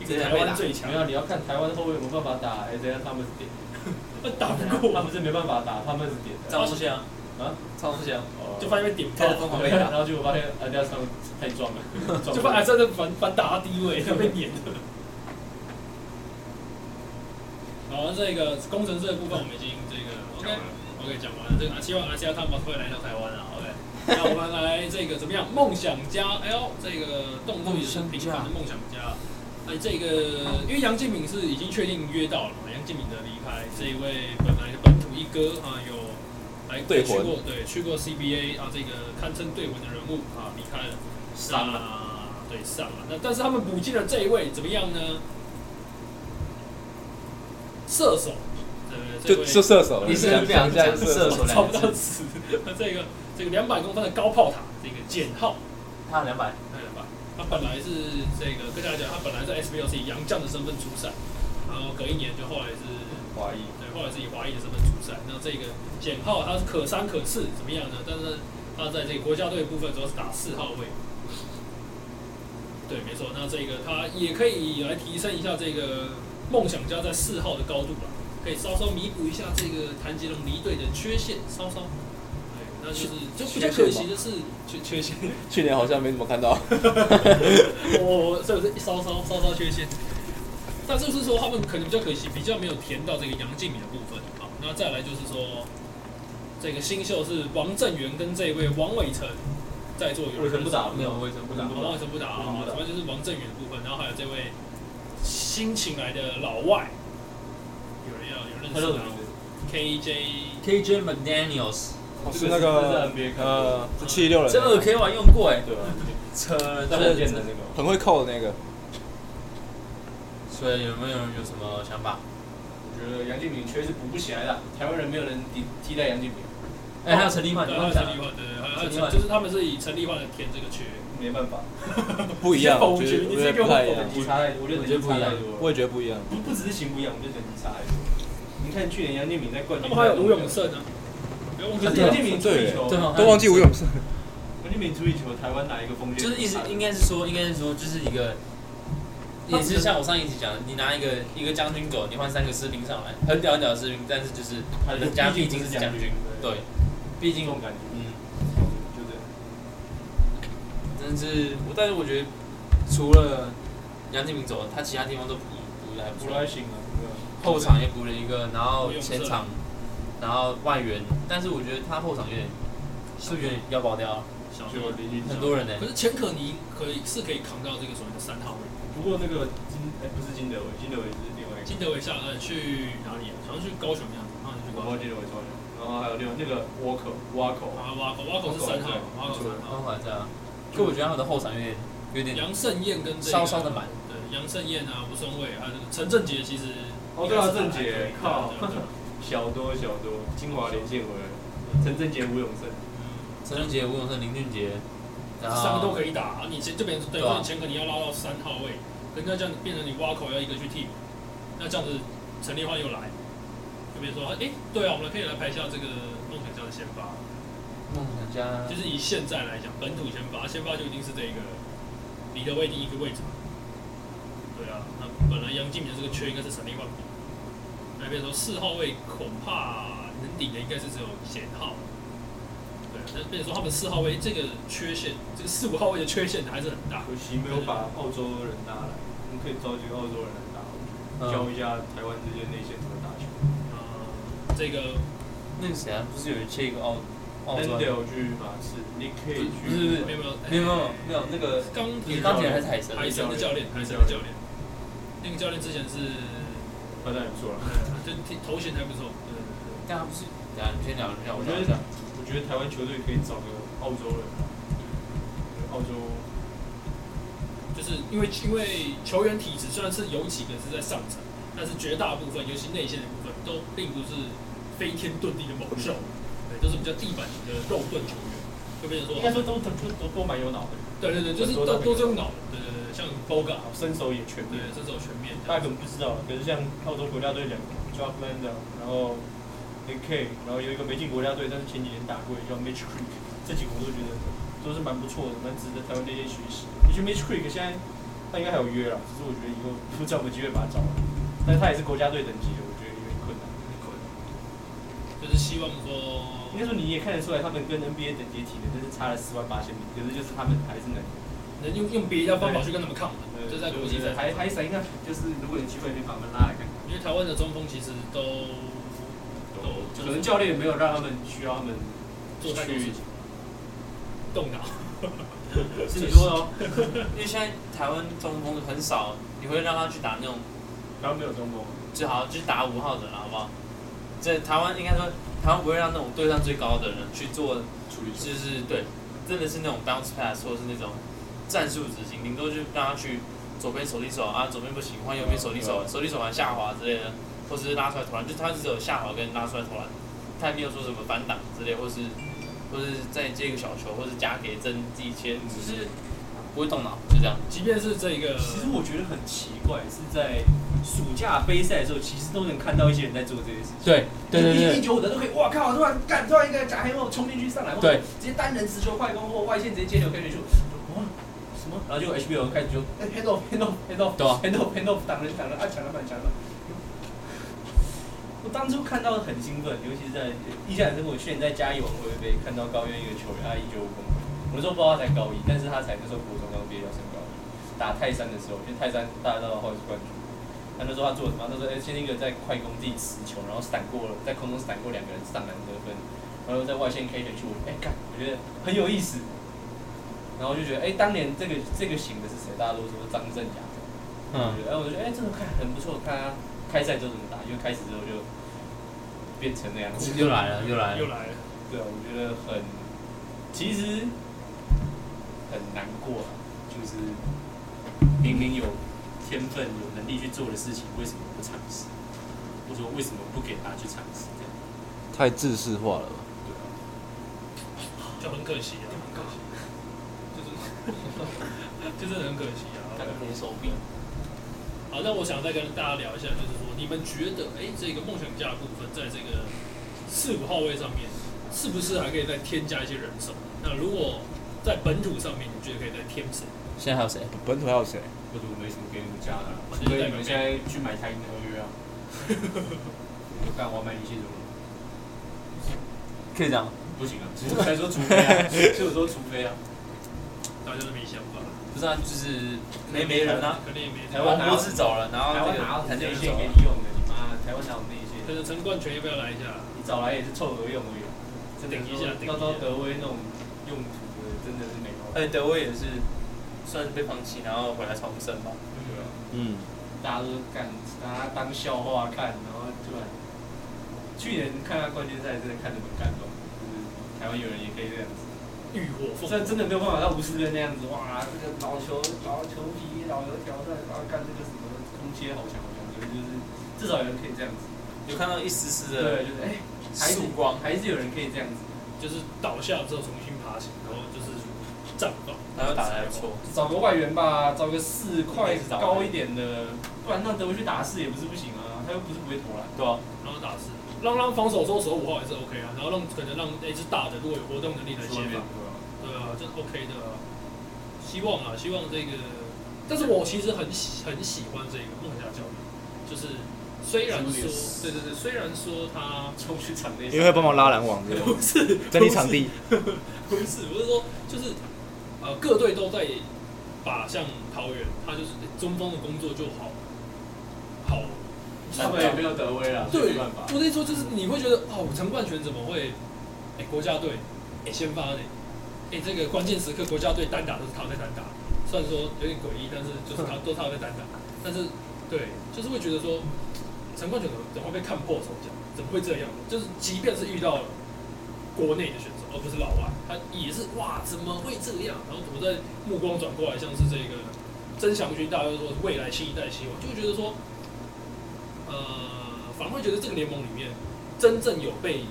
[SPEAKER 1] 一个台湾最强
[SPEAKER 3] 没，有啊你要看台湾后卫有没有办法打，哎，等下他们是点，
[SPEAKER 1] 打不过
[SPEAKER 3] 他，们是没办法打，他们是点的。
[SPEAKER 4] 赵东翔
[SPEAKER 3] 啊，
[SPEAKER 4] 赵东翔。
[SPEAKER 3] 哦啊
[SPEAKER 1] 就发现被点
[SPEAKER 4] 开始疯
[SPEAKER 1] 爆，
[SPEAKER 4] 狂被打
[SPEAKER 3] 然，后结果发现人家他们太壮 了，
[SPEAKER 1] 就
[SPEAKER 3] 壮
[SPEAKER 1] 发
[SPEAKER 3] 了
[SPEAKER 1] 现在反反打他低位，被碾的。好，这个工程师的部分我们已经这个 OK OK 讲完了，这个啊希望阿西亚他们会来到台湾啊，OK。那 我们来这个怎么样？梦想家，哎呦，这个动力是平凡的梦想家。哎，这个因为杨敬敏是已经确定约到了嘛，杨敬敏的离开，这一位本来的本土一哥啊，有来
[SPEAKER 5] 队
[SPEAKER 1] 去
[SPEAKER 5] 魂
[SPEAKER 1] 过对去过 CBA 啊，这个堪称队魂的人物啊离开了。
[SPEAKER 4] 伤了，
[SPEAKER 1] 那对，上了。那但是他们补进了这一位怎么样呢？射手，对
[SPEAKER 5] 就
[SPEAKER 1] 不对？
[SPEAKER 5] 就
[SPEAKER 1] 这位
[SPEAKER 5] 射手了，
[SPEAKER 4] 你是不想讲射手
[SPEAKER 1] 我找
[SPEAKER 4] 两
[SPEAKER 1] 不
[SPEAKER 4] 个
[SPEAKER 1] 到
[SPEAKER 4] 字，
[SPEAKER 1] 词。那 这个这个两百公分的高炮塔，这个简浩，
[SPEAKER 4] 他两百，
[SPEAKER 1] 看了吧？他本来是这个跟大家讲，他本来在 SBL 是以洋将的身份出赛，然后隔一年就后来是
[SPEAKER 3] 华裔
[SPEAKER 1] 对，后来是以华裔的身份出赛。那这个简浩他是可三可四，怎么样呢？但是他在这个国家队部分主要是打四号位。对，没错，那这个他也可以来提升一下这个梦想家在四号的高度吧，可以稍稍弥补一下这个谭杰龙离队的缺陷，稍稍。对，那就是就比较可惜，就是缺缺陷。
[SPEAKER 5] 去年好像没怎么看到，
[SPEAKER 1] 我这个是稍稍稍稍缺陷。但就是说，他们可能比较可惜，比较没有填到这个杨敬敏的部分。好，那再来就是说，这个新秀是王正源跟这位王伟成在做有
[SPEAKER 7] 我以前
[SPEAKER 1] 人
[SPEAKER 7] 不打，没有，
[SPEAKER 4] 我
[SPEAKER 7] 我
[SPEAKER 4] 也
[SPEAKER 7] 以
[SPEAKER 4] 是
[SPEAKER 7] 前
[SPEAKER 4] 不
[SPEAKER 7] 不
[SPEAKER 4] 打
[SPEAKER 7] 打。
[SPEAKER 1] 王伟成不打
[SPEAKER 7] 王
[SPEAKER 1] 啊
[SPEAKER 7] 伟，成不打
[SPEAKER 1] 主要就是王正源的部分，然后还有这位新请来的老外，有人要有认
[SPEAKER 7] 他叫
[SPEAKER 1] 识
[SPEAKER 7] 什
[SPEAKER 1] 吗
[SPEAKER 7] 么名字
[SPEAKER 1] ？KJ
[SPEAKER 4] KJ McDaniel's，
[SPEAKER 3] 哦
[SPEAKER 5] 是那个呃，是七六人，
[SPEAKER 4] 这二 K 玩用过哎，
[SPEAKER 5] 对啊，
[SPEAKER 4] 扯
[SPEAKER 3] 呃
[SPEAKER 4] 了
[SPEAKER 7] 但
[SPEAKER 4] 这
[SPEAKER 7] 很简单那个。
[SPEAKER 5] 很会扣的那个，
[SPEAKER 4] 所以有没有人有什么想法？
[SPEAKER 3] 我觉得杨敬敏确实补不起来了，台湾人没有人替替代杨敬敏，
[SPEAKER 4] 哎，还有陈立焕，你
[SPEAKER 1] 对，还有
[SPEAKER 4] 忘记
[SPEAKER 1] 陈
[SPEAKER 4] 了
[SPEAKER 1] 立焕，对对，还有还有
[SPEAKER 4] 陈立焕
[SPEAKER 1] 陈，就是他们是以陈立焕来填这个缺。
[SPEAKER 3] 没办法，
[SPEAKER 5] 不一样，
[SPEAKER 1] 你先否
[SPEAKER 5] 我觉得
[SPEAKER 1] 决你
[SPEAKER 5] 我觉
[SPEAKER 1] 先
[SPEAKER 5] 得
[SPEAKER 1] 给我
[SPEAKER 5] 不太一
[SPEAKER 1] 否
[SPEAKER 5] 样，
[SPEAKER 3] 你差太多，我觉得
[SPEAKER 4] 我
[SPEAKER 3] 等
[SPEAKER 4] 觉得
[SPEAKER 3] 级
[SPEAKER 4] 不一
[SPEAKER 3] 差
[SPEAKER 4] 样
[SPEAKER 3] 太多了。
[SPEAKER 5] 我也觉得不一样。
[SPEAKER 3] 不不只是型不一样，我们就等级差太多。你看去年杨敬敏在冠
[SPEAKER 1] 他们
[SPEAKER 3] 军，
[SPEAKER 1] 还有吴永，胜啊，不要忘记
[SPEAKER 3] 可是
[SPEAKER 1] 这个
[SPEAKER 3] 杨敬敏出一球，
[SPEAKER 4] 对哦
[SPEAKER 5] 都忘记吴永胜，
[SPEAKER 3] 杨敬敏出一球，台湾哪一个锋线？
[SPEAKER 4] 就是意思应该是说，应该是说，就是一个，也是像我上一集讲的，你拿一个一个将军狗，你换三个士兵上来，很屌很屌的士兵，但是就是
[SPEAKER 3] 他
[SPEAKER 4] 人家毕竟是将军，对，毕
[SPEAKER 3] 这
[SPEAKER 4] 竟
[SPEAKER 3] 种感觉，
[SPEAKER 4] 嗯，
[SPEAKER 3] 就这样。
[SPEAKER 4] 但是我但是我觉得除了杨敬明走，他其他地方都补补的还不
[SPEAKER 3] 不
[SPEAKER 4] 错，
[SPEAKER 3] 太行啊，
[SPEAKER 4] 后场也补了一个，然后前场，然后外援，但是我觉得他后场有点是不是有点要爆掉，
[SPEAKER 1] 小
[SPEAKER 3] 就
[SPEAKER 1] 牛。
[SPEAKER 3] 林俊
[SPEAKER 4] 很多人呢、
[SPEAKER 1] 可是钱可尼可以是可以扛到这个所谓的三号位。
[SPEAKER 3] 不过那个金哎、不是金德伟，金德伟是另外一个，
[SPEAKER 1] 金德伟下呃去哪里、啊？好像去高雄的样子，好像去
[SPEAKER 3] 我
[SPEAKER 1] 高
[SPEAKER 3] 忘
[SPEAKER 1] 雄。
[SPEAKER 3] 记金德伟超人，然后还有另外那个沃克沃克，
[SPEAKER 1] 啊，挖口挖口是三号，挖口三号。
[SPEAKER 4] 方法这样，就我觉得他们的后场有点有点
[SPEAKER 1] 杨胜燕跟这个
[SPEAKER 4] 稍稍的满。
[SPEAKER 1] 对杨胜燕啊，吴松伟还有这个陈正杰，其实
[SPEAKER 3] 哦对啊郑杰靠
[SPEAKER 1] 对啊对啊
[SPEAKER 3] 小多小多，金华连线回来，陈正杰、吴永胜，
[SPEAKER 4] 陈俊杰、吴永胜、林俊杰，
[SPEAKER 1] 对
[SPEAKER 4] 然
[SPEAKER 1] 啊
[SPEAKER 4] 后
[SPEAKER 1] 三个都可以打。你前这边对，
[SPEAKER 4] 对啊
[SPEAKER 1] 那你前可尼要拉到三号位，人家这样变成你挖口要一个去替补，那这样子陈立焕又来，就别说哎、对啊，我们可以来排一下这个梦想家的先发。
[SPEAKER 4] 梦想家
[SPEAKER 1] 就是以现在来讲，本土先发，先发就一定是这个李德威第一个位置嘛。对啊，那本来杨敬敏的这个缺应该是陈立焕补，那边说四号位恐怕能顶的应该是只有简浩。对啊，但是变成说他们四号位这个缺陷，这个四五号位的缺陷还是很大。
[SPEAKER 3] 可惜没有把澳洲人拉来，我们可以招几个澳洲人来打，教一下台湾这些内线怎么打球。
[SPEAKER 4] 啊
[SPEAKER 1] 呃，这个
[SPEAKER 4] 那个谁啊，不是有切一个澳澳
[SPEAKER 3] n
[SPEAKER 4] 洲啊？
[SPEAKER 3] d e l 去马刺，你可以去，
[SPEAKER 4] 不是不是
[SPEAKER 1] 没有没有
[SPEAKER 4] 没有没有没有，
[SPEAKER 3] 那个
[SPEAKER 1] 钢铁
[SPEAKER 4] 钢铁还是海神？
[SPEAKER 1] 海神的教练，海神的教练，那个教练之前是，
[SPEAKER 3] 那当然不错了。
[SPEAKER 1] 呃就头衔还不错。对对对。
[SPEAKER 4] 但他不是，等一下你先聊一下，我
[SPEAKER 3] 我
[SPEAKER 4] 聊
[SPEAKER 3] 觉
[SPEAKER 4] 一下
[SPEAKER 3] 得。，我觉得台湾球队可以找个澳洲人啊，澳洲
[SPEAKER 1] 就是因为因为球员体质虽然是有几个是在上层，但是绝大部分，尤其内线的部分，都并不是飞天遁地的猛兽，对，都是比较地板型的肉盾球员，就变成
[SPEAKER 3] 应
[SPEAKER 1] 说
[SPEAKER 3] 该，说都都都都蛮有脑的，啊
[SPEAKER 1] 对对对，就是都都是用脑的，对对对，像 Boga，
[SPEAKER 3] 身手也全
[SPEAKER 1] 对
[SPEAKER 3] 面。，
[SPEAKER 1] 这种全面
[SPEAKER 3] 大
[SPEAKER 1] 的，
[SPEAKER 3] 家可能不知道，可是像澳洲国家队两个 j o b l a n d 然后 n K，然后有一个没进国家队，但是前几年打过，也叫 Mitch Creek，这几个我都觉得都是蛮不错的，蛮值得台湾这些学习。也许 Mitch Creek 现在他应该还有约了，只是我觉得以后不知道有没有机会把他找来，但是他也是国家队等级的，我觉得有点困难。
[SPEAKER 1] 就是希望说
[SPEAKER 3] 应该说你也看得出来，他们跟 NBA 等级体能真是差了四万八千米，可是就是他们还是能。
[SPEAKER 1] 能用用别的方法去跟他们抗衡，就
[SPEAKER 3] 就
[SPEAKER 1] 在国际赛，
[SPEAKER 3] 台台神应该就是如果有机会可以把他们拉来看看，
[SPEAKER 1] 因为台湾的中锋其实都都
[SPEAKER 3] 可能教练没有让他们需要他们
[SPEAKER 1] 做太多事情，动脑。
[SPEAKER 4] 是你说的哦，因为现在台湾中锋很少，你会让他去打那种
[SPEAKER 3] 然后没有中锋，
[SPEAKER 4] 最好就是打五号的人，好不好？在台湾应该说，台湾不会让那种对上最高的人去做
[SPEAKER 3] 处理
[SPEAKER 4] 就是对，真的是那种 bounce pass 或者是那种战术执行，顶多就让他去左边手递手啊，左边不行换右边手递手，手递手完下滑之类的，或者是拉出来投篮，就他只有下滑跟拉出来投篮，他也没有说什么反挡之类，或是或是再接一个小球，或是夹给真自己切，就是不会动脑，就这样。
[SPEAKER 1] 即便是这个，
[SPEAKER 3] 其实我觉得很奇怪，是在暑假杯赛的时候，其实都能看到一些人在做这些事情。
[SPEAKER 4] 对对对
[SPEAKER 3] 一
[SPEAKER 4] 对，
[SPEAKER 3] 九五的都可以，哇靠！突然干，突然一个假黑后冲进去上来，或者
[SPEAKER 4] 对
[SPEAKER 3] 直接单人持球快攻或外线直接接球开选秀，哇，什么？然后就 HBO 开始就哎 hand off hand off hand off
[SPEAKER 4] 对啊
[SPEAKER 3] hand off hand off 挡人挡人啊，抢篮板抢篮板。我当初看到很兴奋，尤其是在印象很深刻。我去年在嘉义晚会杯看到高院一个球员，他一九五公分，我那时候不知道他才高一，但是他才那时候国中刚毕业要升高一，打泰山的时候，因为泰山大家知道他后来是冠军。他那时候他做什么？他说：“哎、先一个在快攻自己持球，然后闪过了，在空中闪过两个人上篮得分，然后在外线 K 选去，哎、干，我觉得很有意思。然后我就觉得，哎、当年这个这个型的是谁？大家都说张镇雅。我
[SPEAKER 4] 嗯，
[SPEAKER 3] 觉得，哎、我就觉得，哎、这个看很不错，看他开赛之后怎么打，因为开始之后就变成那样
[SPEAKER 1] 嗯
[SPEAKER 3] 子。
[SPEAKER 4] 又来了又来
[SPEAKER 1] 又
[SPEAKER 4] 了，
[SPEAKER 1] 来了，
[SPEAKER 3] 对啊，我觉得很，其实很难过啊，就是明明有天分、有能力去做的事情，为什么不尝试？或者说为什么不给他去尝试？这样
[SPEAKER 5] 太自视化了吧？
[SPEAKER 3] 对啊，
[SPEAKER 1] 就很可 惜啊，很可惜，就是就是很可惜啊。
[SPEAKER 4] 感觉手臂。
[SPEAKER 1] 好，那我想再跟大家聊一下，就是说，你们觉得，哎、这个梦想家的部分，在这个四五号位上面，是不是还可以再添加一些人手？那如果在本土上面，你觉得可以再添谁？
[SPEAKER 4] 现在还有谁？
[SPEAKER 5] 本土还有谁？
[SPEAKER 3] 或者我没什么给你们加的、啊，
[SPEAKER 1] 就是
[SPEAKER 3] 所以
[SPEAKER 1] 代
[SPEAKER 3] 你
[SPEAKER 1] 表
[SPEAKER 3] 们现在去买台银的合约啊。我 干，我要买李谢荣，
[SPEAKER 4] 可以这样。
[SPEAKER 3] 不行啊，所以我才说除非啊，所以我说除非啊，
[SPEAKER 1] 大家都没想法，
[SPEAKER 4] 不是啊，就是没
[SPEAKER 3] 没
[SPEAKER 4] 没
[SPEAKER 3] 人
[SPEAKER 4] 人
[SPEAKER 3] 啊
[SPEAKER 4] 啊。
[SPEAKER 1] 肯定也没台
[SPEAKER 3] 台湾
[SPEAKER 1] 湾。
[SPEAKER 4] 王博士走了，然后
[SPEAKER 3] 台
[SPEAKER 4] 那
[SPEAKER 3] 湾哪
[SPEAKER 4] 个
[SPEAKER 3] 有
[SPEAKER 4] 谭
[SPEAKER 3] 内
[SPEAKER 4] 健林
[SPEAKER 3] 线
[SPEAKER 4] 走
[SPEAKER 3] 给
[SPEAKER 4] 了。
[SPEAKER 3] 你用的？你妈，台湾哪有内线？
[SPEAKER 1] 可能陈冠全要不要来一下？
[SPEAKER 3] 你找来也是凑合用而已啊。真的
[SPEAKER 1] 顶一下顶一下
[SPEAKER 3] 到时候德威那种用途的，真的是没有。
[SPEAKER 4] 哎，德威也是算是被放弃，然后回来重生吧。
[SPEAKER 3] 对啊，
[SPEAKER 5] 嗯，
[SPEAKER 3] 大家都干，大家当笑话看，然后突然，去年看他冠军赛真的看得很感动，就是台湾有人也可以这样子，
[SPEAKER 1] 浴火凤
[SPEAKER 3] 这
[SPEAKER 1] 凰，
[SPEAKER 3] 真的没有办法像吴思仁那样子，哇，这个老球老球皮老油条在，然后干这个什么空切好强好强，可是就是至少有人可以这样子，
[SPEAKER 4] 有看到一丝丝的
[SPEAKER 3] 对，就是哎，还是
[SPEAKER 4] 曙光，
[SPEAKER 3] 还是有人可以这样子，
[SPEAKER 1] 就是倒下之后重新爬起，然后就是绽放。
[SPEAKER 4] 然后打得还不错。
[SPEAKER 3] 找个外援吧，找个四块
[SPEAKER 4] 应该是找外援
[SPEAKER 3] 高一点的，不然让德国去打四也不是不行啊，他又不是不会投篮。
[SPEAKER 4] 对啊，
[SPEAKER 1] 然后打四，让让防守做守五号也是 OK 啊，然后让可能让那只大的如果有活动能力来协防，对啊，这是 OK 的啊。希望啊，希望这个，但是我其实很喜很喜欢这个梦想教练，就是虽然说，对对对，虽然说他
[SPEAKER 3] 冲去场内，
[SPEAKER 5] 因为会帮忙拉篮网的，
[SPEAKER 1] 不是
[SPEAKER 5] 整理场地。
[SPEAKER 1] 不是，我是说，就是呃，各队都在把像桃园，他就是哎中锋的工作就好好。
[SPEAKER 3] 他们也没有德威啊，所
[SPEAKER 1] 对，
[SPEAKER 3] 以没办法。
[SPEAKER 1] 我的意思说就是你会觉得哦，陈冠全怎么会？哎、国家队，哎、先发呢？哎、这个关键时刻国家队单打都是他在单打，虽然说有点诡异，但是就是他都他在单打，但是对，就是会觉得说陈冠全怎么怎么会被看破手脚？怎么会这样？就是即便是遇到了国内的选手，而呃不是老外，他也是哇，怎么会这样？然后我在目光转过来，像是这个曾祥军，大家都说未来新一代希望，就会觉得说，呃，反而会觉得这个联盟里面真正有被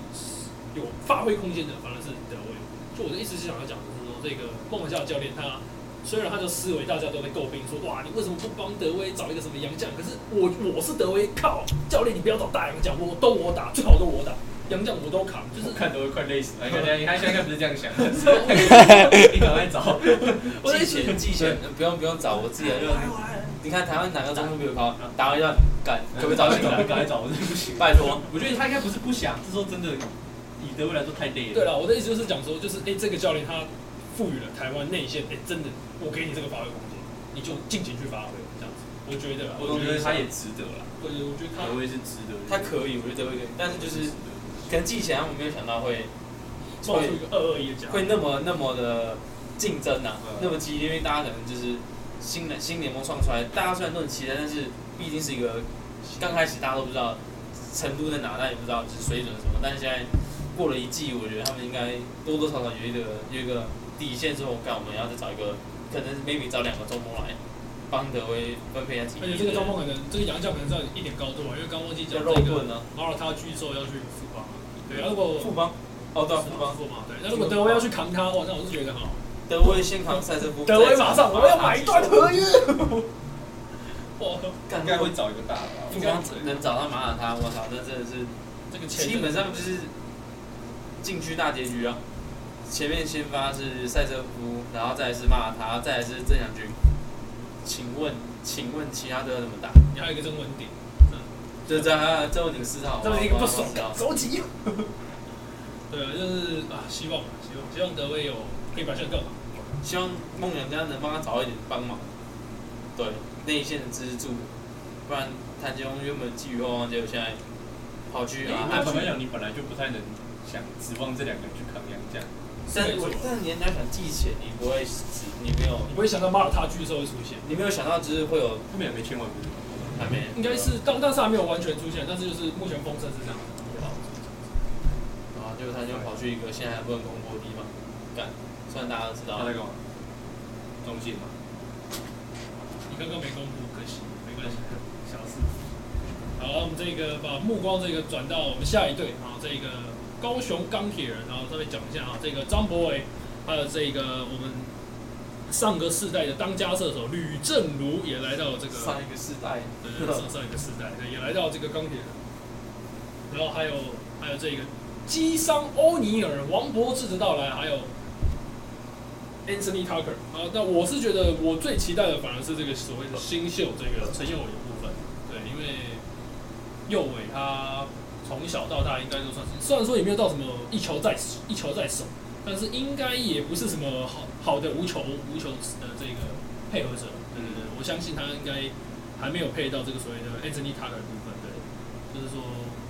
[SPEAKER 1] 有发挥空间的，反而是德威。就我的意思是想要讲的是说，这个梦想家教练他虽然他的思维大家都在诟病说，哇，你为什么不帮德威找一个什么洋将？可是我我是德威，靠，教练你不要找大洋将，我都我打，最好都我打，洋将我都扛，就是
[SPEAKER 3] 我看德威快累死了，看他他现在不是这样想，
[SPEAKER 1] 我
[SPEAKER 3] 你赶快找。
[SPEAKER 1] 的
[SPEAKER 4] 季
[SPEAKER 1] 意思，
[SPEAKER 4] 前季前不用不用找，我自己来就。你看台湾哪个中锋比我高？打了一下，敢
[SPEAKER 3] 嗯
[SPEAKER 4] 可不可以找进
[SPEAKER 3] 赶快
[SPEAKER 4] 来？
[SPEAKER 3] 找，我真的不行。
[SPEAKER 4] 拜托，
[SPEAKER 3] 我觉得他应该不是不想，是说真的，以德威来说太累了。
[SPEAKER 1] 对了，我的意思就是讲说，就是哎、这个教练他赋予了台湾内线，哎、真的，我给你这个发挥空间，你就尽情去发挥，这样子，我觉得啦，
[SPEAKER 3] 我觉得他也值得了，
[SPEAKER 1] 对，我觉得他
[SPEAKER 3] 德威是值得的。
[SPEAKER 4] 他可以，我觉得会可以，但是就是可能季前他们没有想到会
[SPEAKER 1] 冒出一个二二一的奖，
[SPEAKER 4] 会那么那么的竞争呐、
[SPEAKER 3] 嗯
[SPEAKER 4] 那么激烈，因为大家可能就是新的新联盟创出来，大家虽然都很期待，但是毕竟是一个刚开始大家都不知道程度在哪，但也不知道就是水准是什么。但是现在过了一季，我觉得他们应该多多少少有一个有一个底线，之后干我们要再找一个，可能 maybe 找两个中锋来帮德威分配一下体
[SPEAKER 1] 而
[SPEAKER 4] 力，
[SPEAKER 1] 且这个中锋可能这个洋将可能是要一点高度啊，因为刚忘记讲
[SPEAKER 4] 叫肉
[SPEAKER 1] 这个
[SPEAKER 4] 盾呢、
[SPEAKER 1] 马尔他巨兽要去富邦，对，那如果
[SPEAKER 4] 富邦，哦对、啊，富邦，
[SPEAKER 1] 富邦对，那如果德威要去扛他，哇，那我是觉得很好，
[SPEAKER 4] 德威先扛塞瑟夫，
[SPEAKER 1] 德威马上，我要买一段合约。哇，
[SPEAKER 2] 应该会找一个大的吧。
[SPEAKER 4] 不
[SPEAKER 2] 应
[SPEAKER 4] 光
[SPEAKER 2] 该
[SPEAKER 4] 能找到马耳他，我操，那真的是
[SPEAKER 1] 这个钱
[SPEAKER 4] 基本上就是禁区大结局啊。前面先发是塞瑟夫，然后再来是马耳他，再来是郑祥军。请问，请问其他队要怎么打？
[SPEAKER 1] 你还有一个中文点，
[SPEAKER 4] 就这样，这问你个四号，
[SPEAKER 1] 这么一个不爽
[SPEAKER 4] 我要，知道
[SPEAKER 1] 手急。 对啊，就是啊，希望希望希望德威有可以表现得更好。
[SPEAKER 4] 希望梦想家能帮他早一点帮忙，对内线的支柱，不然谭杰宏原本寄予厚望，结果现在跑去啊，
[SPEAKER 3] 那坦
[SPEAKER 4] 安
[SPEAKER 3] 白
[SPEAKER 4] 排
[SPEAKER 3] 讲，你本来就不太能想指望这两个人去扛洋将，
[SPEAKER 4] 但是我但是你要想季前，你不会只你没有
[SPEAKER 1] 你不会想到马耳他巨兽会出现，
[SPEAKER 4] 你没有想到，就是会有
[SPEAKER 3] 后面还没签完不是吗？
[SPEAKER 4] 还没
[SPEAKER 1] 应该是当但是还没有完全出现，但是就是目前风声是这样。
[SPEAKER 4] 然后就他就跑去一个现在还不能攻破的地方干，虽然大家都知道
[SPEAKER 3] 他在干嘛？中信嘛，
[SPEAKER 1] 你刚刚没公布，可惜，没关系，小事。好，那我们这个把目光这个转到我们下一队啊，这个高雄钢铁人，然后稍微讲一下啊，这个张博伟，还有这个我们上个世代的当家射手吕正如也来到了这个
[SPEAKER 4] 上一个世代，
[SPEAKER 1] 啊对啊 上上一个世代，对，也来到这个钢铁人，然后还有还有这个基桑欧尼尔、王柏志的到来，还有 Anthony Tucker 啊。那我是觉得我最期待的反而是这个所谓的新秀这个陈宥伟的部分，对，因为右伟他从小到大应该都算是，虽然说也没有到什么一球在手一球在手，但是应该也不是什么好好的无球无球的这个配合者，对对对，我相信他应该。还没有配到这个所谓的 Anthony Tucker 的部分，对，就是说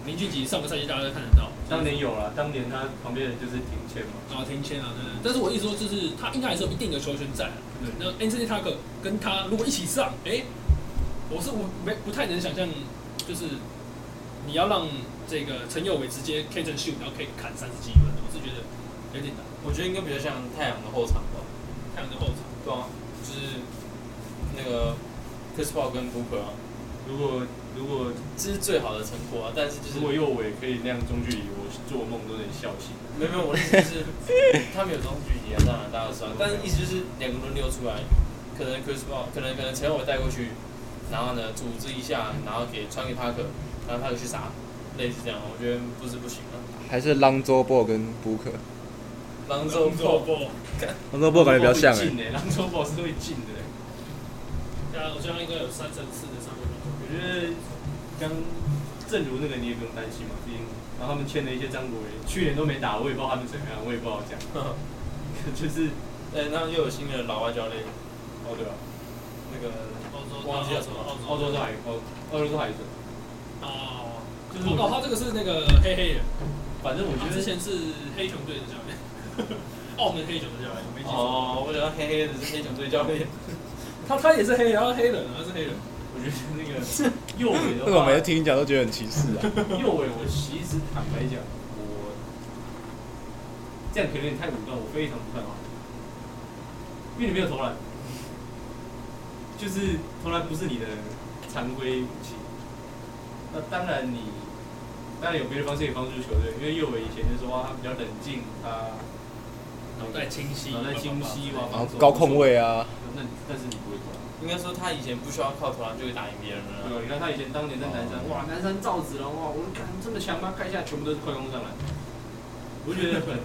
[SPEAKER 1] 林俊杰上个赛季大家都看得到，
[SPEAKER 3] 当年有了，当年他旁边的就是停签嘛，
[SPEAKER 1] 然后天签啊，对对。但是我一直说，就是他应该还是有一定的球权在啊。对，那 Anthony Tucker 跟他如果一起上，哎、我是我没不太能想象，就是你要让这个陈宥伟直接 K 成 shoot，然后可以砍三十几分，我是觉得有点难。
[SPEAKER 4] 我觉得应该比较像太阳的后场吧，
[SPEAKER 1] 太阳的后场，
[SPEAKER 4] 对啊，就是那个 Chris Paul 跟 Booker 啊，
[SPEAKER 3] 如果如果
[SPEAKER 4] 这是最好的成果啊，但是就是
[SPEAKER 3] 如果右尾可以那样中距离，我做梦都能笑醒。
[SPEAKER 4] 没有没有，我的意思是，他们有中距离啊，当然大家都知道，但是意思就是两个轮流出来，可能 Chris Paul，可能可能陈友伟带过去，然后呢组织一下，然后给传给 Parker，然后 Parker 去杀，类似这样，我觉得不是不行啊。
[SPEAKER 5] 还是 l o n z o Ball 跟 Booker。
[SPEAKER 4] 朗州破，
[SPEAKER 1] 不，
[SPEAKER 5] l o n z o Ball 感觉比较像哎、
[SPEAKER 3] 进的，让周宝是会进的。
[SPEAKER 1] 对啊，我觉得他应该有三乘四的上
[SPEAKER 3] 我觉得刚正如那个你也不用担心嘛，毕竟然后他们签了一些张国伟，去年都没打，我也不知道他们怎么样，我也不好 讲。就是
[SPEAKER 4] 哎，那又有新的老外教练，
[SPEAKER 3] 哦对啊，那个
[SPEAKER 1] 澳洲
[SPEAKER 4] 忘记了什么
[SPEAKER 3] 澳洲是海哦，澳洲是海神，
[SPEAKER 1] 哦，
[SPEAKER 3] 就是
[SPEAKER 1] 哦，他这个是那个黑黑的。
[SPEAKER 3] 反正我
[SPEAKER 1] 他
[SPEAKER 3] 觉
[SPEAKER 1] 之
[SPEAKER 3] 得
[SPEAKER 1] 前是黑熊队的教练，澳门黑熊的教练，我没记错。
[SPEAKER 4] 哦，我想到黑黑的是黑熊队教练，
[SPEAKER 1] 他他也是黑，然后黑人，他是黑人。
[SPEAKER 3] 我觉得那个 右尾
[SPEAKER 5] 为
[SPEAKER 3] 的
[SPEAKER 5] 什么
[SPEAKER 3] 话，
[SPEAKER 5] 每次听你讲都觉得很歧视啊？
[SPEAKER 3] 右尾我其实坦白讲，我这样可能有点太武断，我非常不看好，因为你没有投篮，就是投篮不是你的常规武器。那当然你，当然有别的方式可以帮助球队，因为右尾以前就说哇他比较冷静，他
[SPEAKER 1] 脑袋清晰，
[SPEAKER 3] 脑袋清晰哇，
[SPEAKER 5] 然后高控位啊，
[SPEAKER 3] 那但是你不会投篮。
[SPEAKER 4] 应该说他以前不需要靠投篮就可以打赢别人了啊。
[SPEAKER 3] 对，你看哦他以前当年在南山，哇，南山赵子龙哇，我感这么强吗？看一下，全部都是快攻上来，我就觉得很，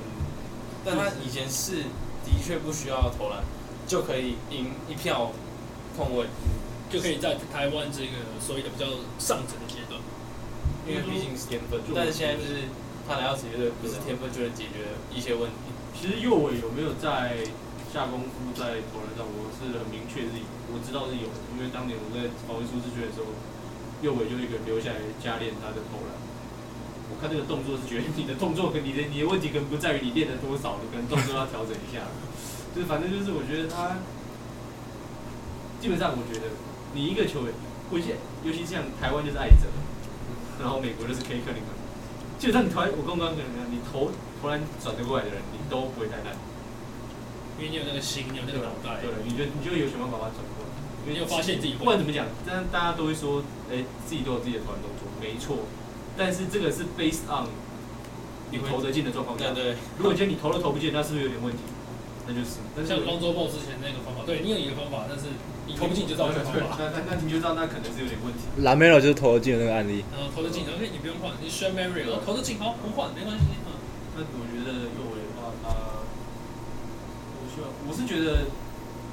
[SPEAKER 4] 但他以前是的确不需要投篮，就可以赢一票控卫，
[SPEAKER 1] 就可以在台湾这个所谓的比较上层的阶段。
[SPEAKER 4] 因为毕竟是天分。但是现在就是他来到职业队，不是天分就能解决一些问题。
[SPEAKER 3] 其实右尾有没有在下功夫在投篮上，我是很明确是有，我知道是有的，因为当年我在访问苏志轩的时候，右尾就是一个留下来加练他的投篮。我看这个动作是觉得你的动作跟你的你的问题可能不在于你练了多少，你可能动作要调整一下。就是反正就是我觉得他，基本上我觉得你一个球员，我现尤其像台湾就是艾哲，然后美国就是 K 克林嘛，基本上你投篮，我刚刚可能你投投篮转得过来的人，你都不会太烂。
[SPEAKER 1] 因为你有那个心，你有那个脑袋，
[SPEAKER 3] 对，你就你就有想办法把它转过来。因
[SPEAKER 1] 你有
[SPEAKER 3] 为
[SPEAKER 1] 发现自己
[SPEAKER 3] 不管
[SPEAKER 1] 会。
[SPEAKER 3] 怎么讲，但大家都会说，哎、自己都有自己的投篮动作，没错。但是这个是 based on 你投得进的状况下
[SPEAKER 4] 对。对，
[SPEAKER 3] 如果今天你投都投不进，那是不是有点问题？那就是。但是
[SPEAKER 1] 像
[SPEAKER 3] 我
[SPEAKER 1] 光州梦之前那个方法，对你有你的方法，但是你投不进就照我的方
[SPEAKER 3] 对
[SPEAKER 1] 法，
[SPEAKER 3] 那那那你就知道那可能是有点问题。
[SPEAKER 5] 蓝梅尔就是投了进的那个案例，
[SPEAKER 1] 然后投得进，然后哎你不用换，你选 Mary，然后哦投得进，好不换没关系，嗯，
[SPEAKER 3] 那我觉得右尾的话，他，我希望我是觉得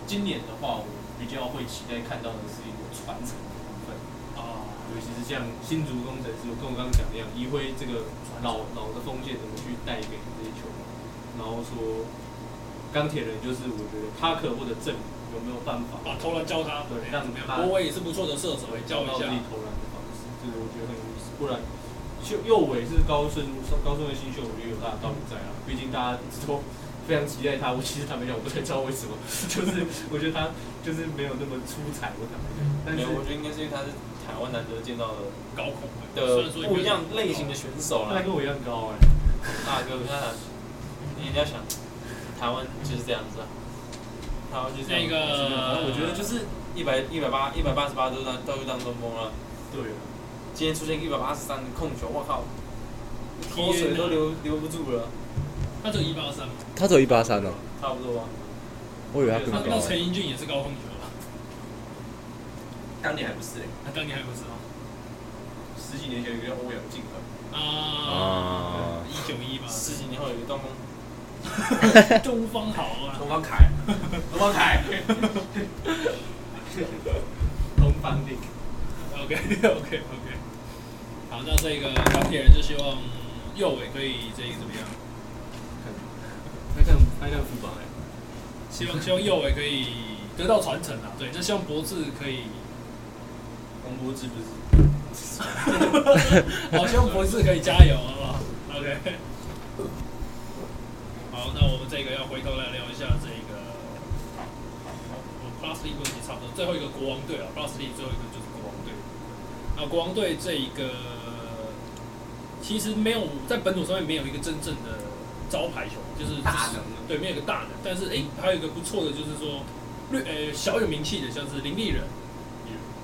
[SPEAKER 3] 今年的话，我比较会期待看到的是一个传承的部分啊，尤其是像新竹工程师，跟我刚刚讲的一样，移辉这个老老的锋线怎么去带给这些球员，然后说钢铁人就是我觉得帕克或者正有没有办法
[SPEAKER 1] 把投篮教他，哎
[SPEAKER 3] 对让他
[SPEAKER 1] 国伟也是不错的射手，也教一
[SPEAKER 3] 找到自
[SPEAKER 1] 下
[SPEAKER 3] 己。投篮的方式，这个我觉得很有意思。不然，秀右尾是高顺高顺的新秀，我觉得有他的道理在啊。毕竟大家一直都非常期待他，我其实坦白讲，我不太知道为什么，就是我觉得他就是没有那么出彩，我感觉。但
[SPEAKER 4] 没
[SPEAKER 3] 是
[SPEAKER 4] 有，我觉得应该是因为他是台湾难得见到的
[SPEAKER 1] 高空虽然
[SPEAKER 4] 的
[SPEAKER 1] 说
[SPEAKER 4] 不一样类型的选手
[SPEAKER 3] 他
[SPEAKER 4] 啦。
[SPEAKER 3] 跟我一样高哎、
[SPEAKER 4] 大哥，你看，你要想，台湾就是这样子啊，台湾就是这样
[SPEAKER 1] 那个
[SPEAKER 4] 我觉得就是一百一百八一百八十八都当都当中锋了。
[SPEAKER 3] 对啊，
[SPEAKER 4] 今天出现一百八十三的控球，我靠，口水都流流不住了，
[SPEAKER 1] 他只有一八三嘛，
[SPEAKER 5] 他只有一八三哦，
[SPEAKER 4] 差不多吧。啊
[SPEAKER 5] 我以为他更
[SPEAKER 1] 他
[SPEAKER 5] 高
[SPEAKER 1] 到。陈英俊也是高空球啊，
[SPEAKER 4] 当年还不是、欸，
[SPEAKER 1] 他当年还不知道
[SPEAKER 3] 十几年前有一个叫欧阳靖吧，
[SPEAKER 1] 啊，
[SPEAKER 5] 啊，
[SPEAKER 1] 一九一吧，
[SPEAKER 4] 十几年后有一个东风，
[SPEAKER 1] 中方好啊，
[SPEAKER 3] 东方凯，东方凯，东方的
[SPEAKER 1] OK OK OK，好，那这个钢铁人就希望右尾可以这个怎么样？
[SPEAKER 3] 他看他看副榜哎、
[SPEAKER 1] 希望希望右尾可以得到传承啊，对，那希望博智可以，
[SPEAKER 4] 洪博志不是，
[SPEAKER 1] 好，希望博智可以加油，好不好？OK。好，那我们这个要回头来聊一下这个，哦我 Plus League 问题差不多，最后一个国王队啊，Plus League 最后一个就是国王队。那国王队这一个其实没有在本土上面没有一个真正的招牌球，就是
[SPEAKER 3] 大能的
[SPEAKER 1] 对，没有一个大的，但是诶，还有一个不错的，就是说略呃小有名气的，像是林立人，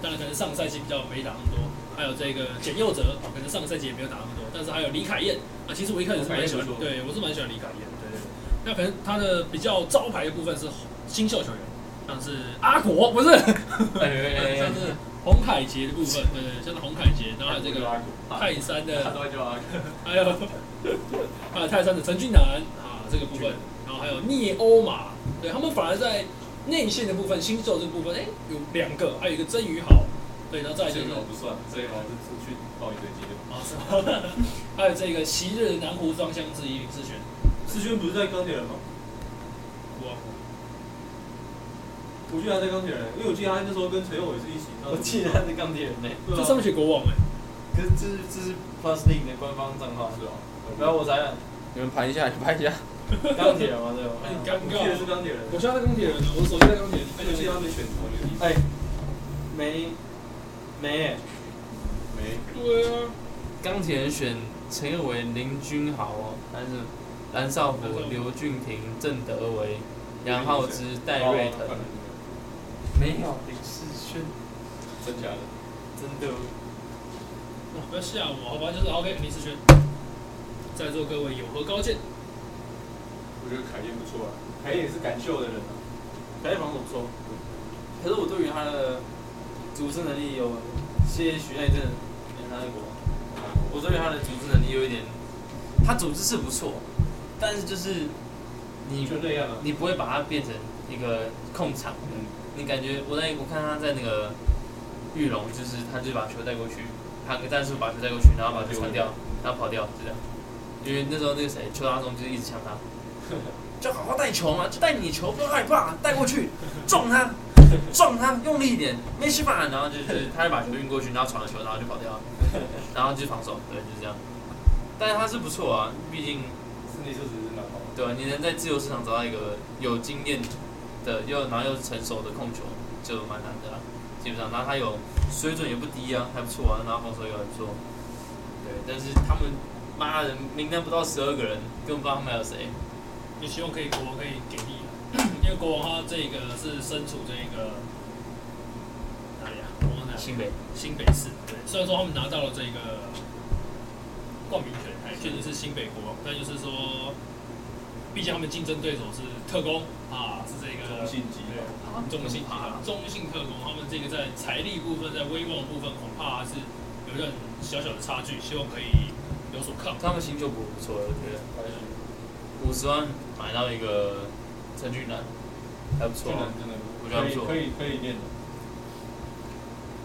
[SPEAKER 1] 当然可能上赛季比较没打那么多，还有这个简佑哲，啊可能上个赛季也没有打那么多，但是还有李凯燕啊，其实我一开始是蛮喜欢
[SPEAKER 3] 李凯，燕不
[SPEAKER 1] 对我
[SPEAKER 3] 错
[SPEAKER 1] 是蛮喜欢李凯燕，对对对，那可能他的比较招牌的部分是新秀球员，像是阿国不是，像是洪凯杰的部分，对对，对像是洪凯杰，然后还有这个泰山的
[SPEAKER 3] 他都会叫阿
[SPEAKER 1] 还有还有泰山的陈俊南啊这个部分，然后还有聂欧马，对他们反而在内线的部分、新秀这部分，哎、有两个，还有一个曾宇豪，对，然后再来
[SPEAKER 3] 这
[SPEAKER 1] 就是
[SPEAKER 3] 个我不算，这个我是出去报一堆记录。
[SPEAKER 1] 啊，是吗 还有这个昔日南湖双枪之一林志炫，
[SPEAKER 3] 世轩不是在钢铁人吗？
[SPEAKER 1] 哇，
[SPEAKER 3] 我记得他啊在钢铁人，因为我记得他那时候跟陈友伟是一起。
[SPEAKER 4] 我记得他是钢铁人呢、
[SPEAKER 3] 对啊
[SPEAKER 1] 这上面写国王哎、
[SPEAKER 4] 可是这是这是 Plus League 的官方账号是吧？不要我才敢，你们盘一下，你盘一下，钢铁人嘛 对吧？
[SPEAKER 1] 那你尴
[SPEAKER 3] 我记得是
[SPEAKER 1] 尬。
[SPEAKER 3] 钢铁人，
[SPEAKER 1] 我现在在钢铁人呢，我手机在钢铁人，
[SPEAKER 3] 而且我记得他们选同一个地方。
[SPEAKER 4] 哎、没没耶、
[SPEAKER 3] 没，
[SPEAKER 1] 对啊，
[SPEAKER 4] 钢铁人选陈友为、林君豪哦，但是蓝少虎
[SPEAKER 1] 蓝少虎、
[SPEAKER 4] 刘俊廷、郑德维、杨浩之、戴瑞
[SPEAKER 3] 哦
[SPEAKER 4] 腾，哦没有林世轩，
[SPEAKER 3] 真假的？
[SPEAKER 4] 真的
[SPEAKER 1] 哇不要吓我，好吧，就是 OK，林志炫，在座各位有何高见？
[SPEAKER 3] 我觉得凯燕不错啊，凯燕也是敢秀的人啊。
[SPEAKER 4] 可以防守不错。可是我对于他的组织能力有些许认真，他的国，我对于他的组织能力有一点，他组织是不错，但是就是你
[SPEAKER 3] 就那样啊。
[SPEAKER 4] 你不会把它变成一个控场，你感觉我在我看他在那个玉龙，就是他就把球带过去，他个战术把球带过去，然后把球传掉，然后跑掉，就这样。因为那时候那个谁邱大中就一直抢他，就好好带球嘛，就带你球，不要害怕，带过去撞他，撞他，用力一点，没事吧？然后就是他就把球运过去，然后传了球，然后就跑掉，然后就防守，对，就是这样。但是他是不错啊，毕竟
[SPEAKER 3] 室内设施是蛮好的。
[SPEAKER 4] 对啊，你能在自由市场找到一个有经验的，又然后又成熟的控球，就蛮难的啦。基本上，然后他有水准也不低啊，还不错啊，然后防守也还不错。对，但是他们妈的名单不到十二个人，根本不知道他们还有谁。
[SPEAKER 1] 也希望可以国王可以给力了， 因为国王他这个是身处这个哪里啊？国王哪里？
[SPEAKER 4] 新北
[SPEAKER 1] 新北市。对，虽然说他们拿到了这个冠名权，哎，确实是新北国王，但就是说毕竟他们竞争对手是特工啊，是这个
[SPEAKER 2] 中信集
[SPEAKER 1] 对啊中信集团、中信特工，他们这个在财力部分、在威望部分，恐怕还是有一段小小的差距，希望可以有所抗衡。
[SPEAKER 4] 他们新秀补不错，我觉得五十万买到一个陈俊南，还不错
[SPEAKER 2] 这个
[SPEAKER 4] 啊，
[SPEAKER 2] 真的
[SPEAKER 4] 我觉得还不错
[SPEAKER 2] 可以可以可以练的，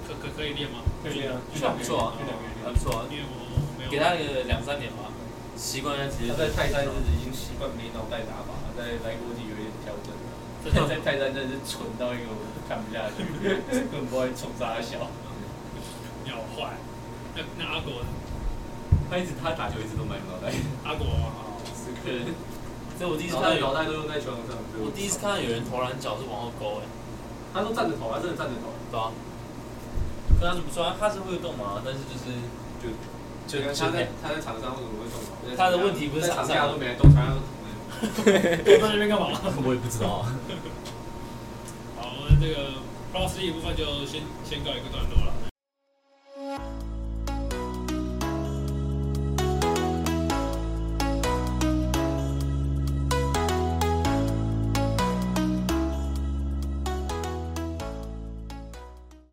[SPEAKER 1] 可可可以练吗？
[SPEAKER 2] 可以练啊，
[SPEAKER 4] 这样不错啊
[SPEAKER 2] 就两个月练。
[SPEAKER 4] 还不错啊，
[SPEAKER 1] 因为我没有
[SPEAKER 4] 给他一个两三年吧，习惯一下职业
[SPEAKER 2] 他
[SPEAKER 4] 队。
[SPEAKER 2] 在泰山日子已经习惯没脑袋打法，在来国际有点调整了。
[SPEAKER 1] 这
[SPEAKER 2] 在
[SPEAKER 1] 这
[SPEAKER 2] 在泰山真的是蠢到一个我看不下去，根本不知道在冲啥小。
[SPEAKER 1] 秒坏。那那阿果呢，
[SPEAKER 3] 他一直他打球一直都买不到 袋，
[SPEAKER 1] 阿果啊，
[SPEAKER 3] 是个人
[SPEAKER 4] 这我第一次
[SPEAKER 3] 脑
[SPEAKER 4] 看
[SPEAKER 3] 袋
[SPEAKER 4] 到
[SPEAKER 3] 脑
[SPEAKER 4] 有，
[SPEAKER 3] 袋都用在球场上。
[SPEAKER 4] 我第一次看到有人投篮脚是往后勾，哎，
[SPEAKER 3] 他都站着投，他真的站着投，
[SPEAKER 4] 对啊，可他是不错啊，他是会动嘛，但是就是
[SPEAKER 3] 就
[SPEAKER 4] 就
[SPEAKER 3] 他
[SPEAKER 4] 就
[SPEAKER 3] 在他在场上为什么会中投？
[SPEAKER 4] 他的问题不
[SPEAKER 3] 在
[SPEAKER 4] 是场
[SPEAKER 3] 场
[SPEAKER 4] 上
[SPEAKER 3] 下都没来动，场上都投的。
[SPEAKER 1] 我在那边干 嘛？
[SPEAKER 4] 我也不知道啊。
[SPEAKER 1] 好，我们这个 Plus 一部分就先先告一个段落了。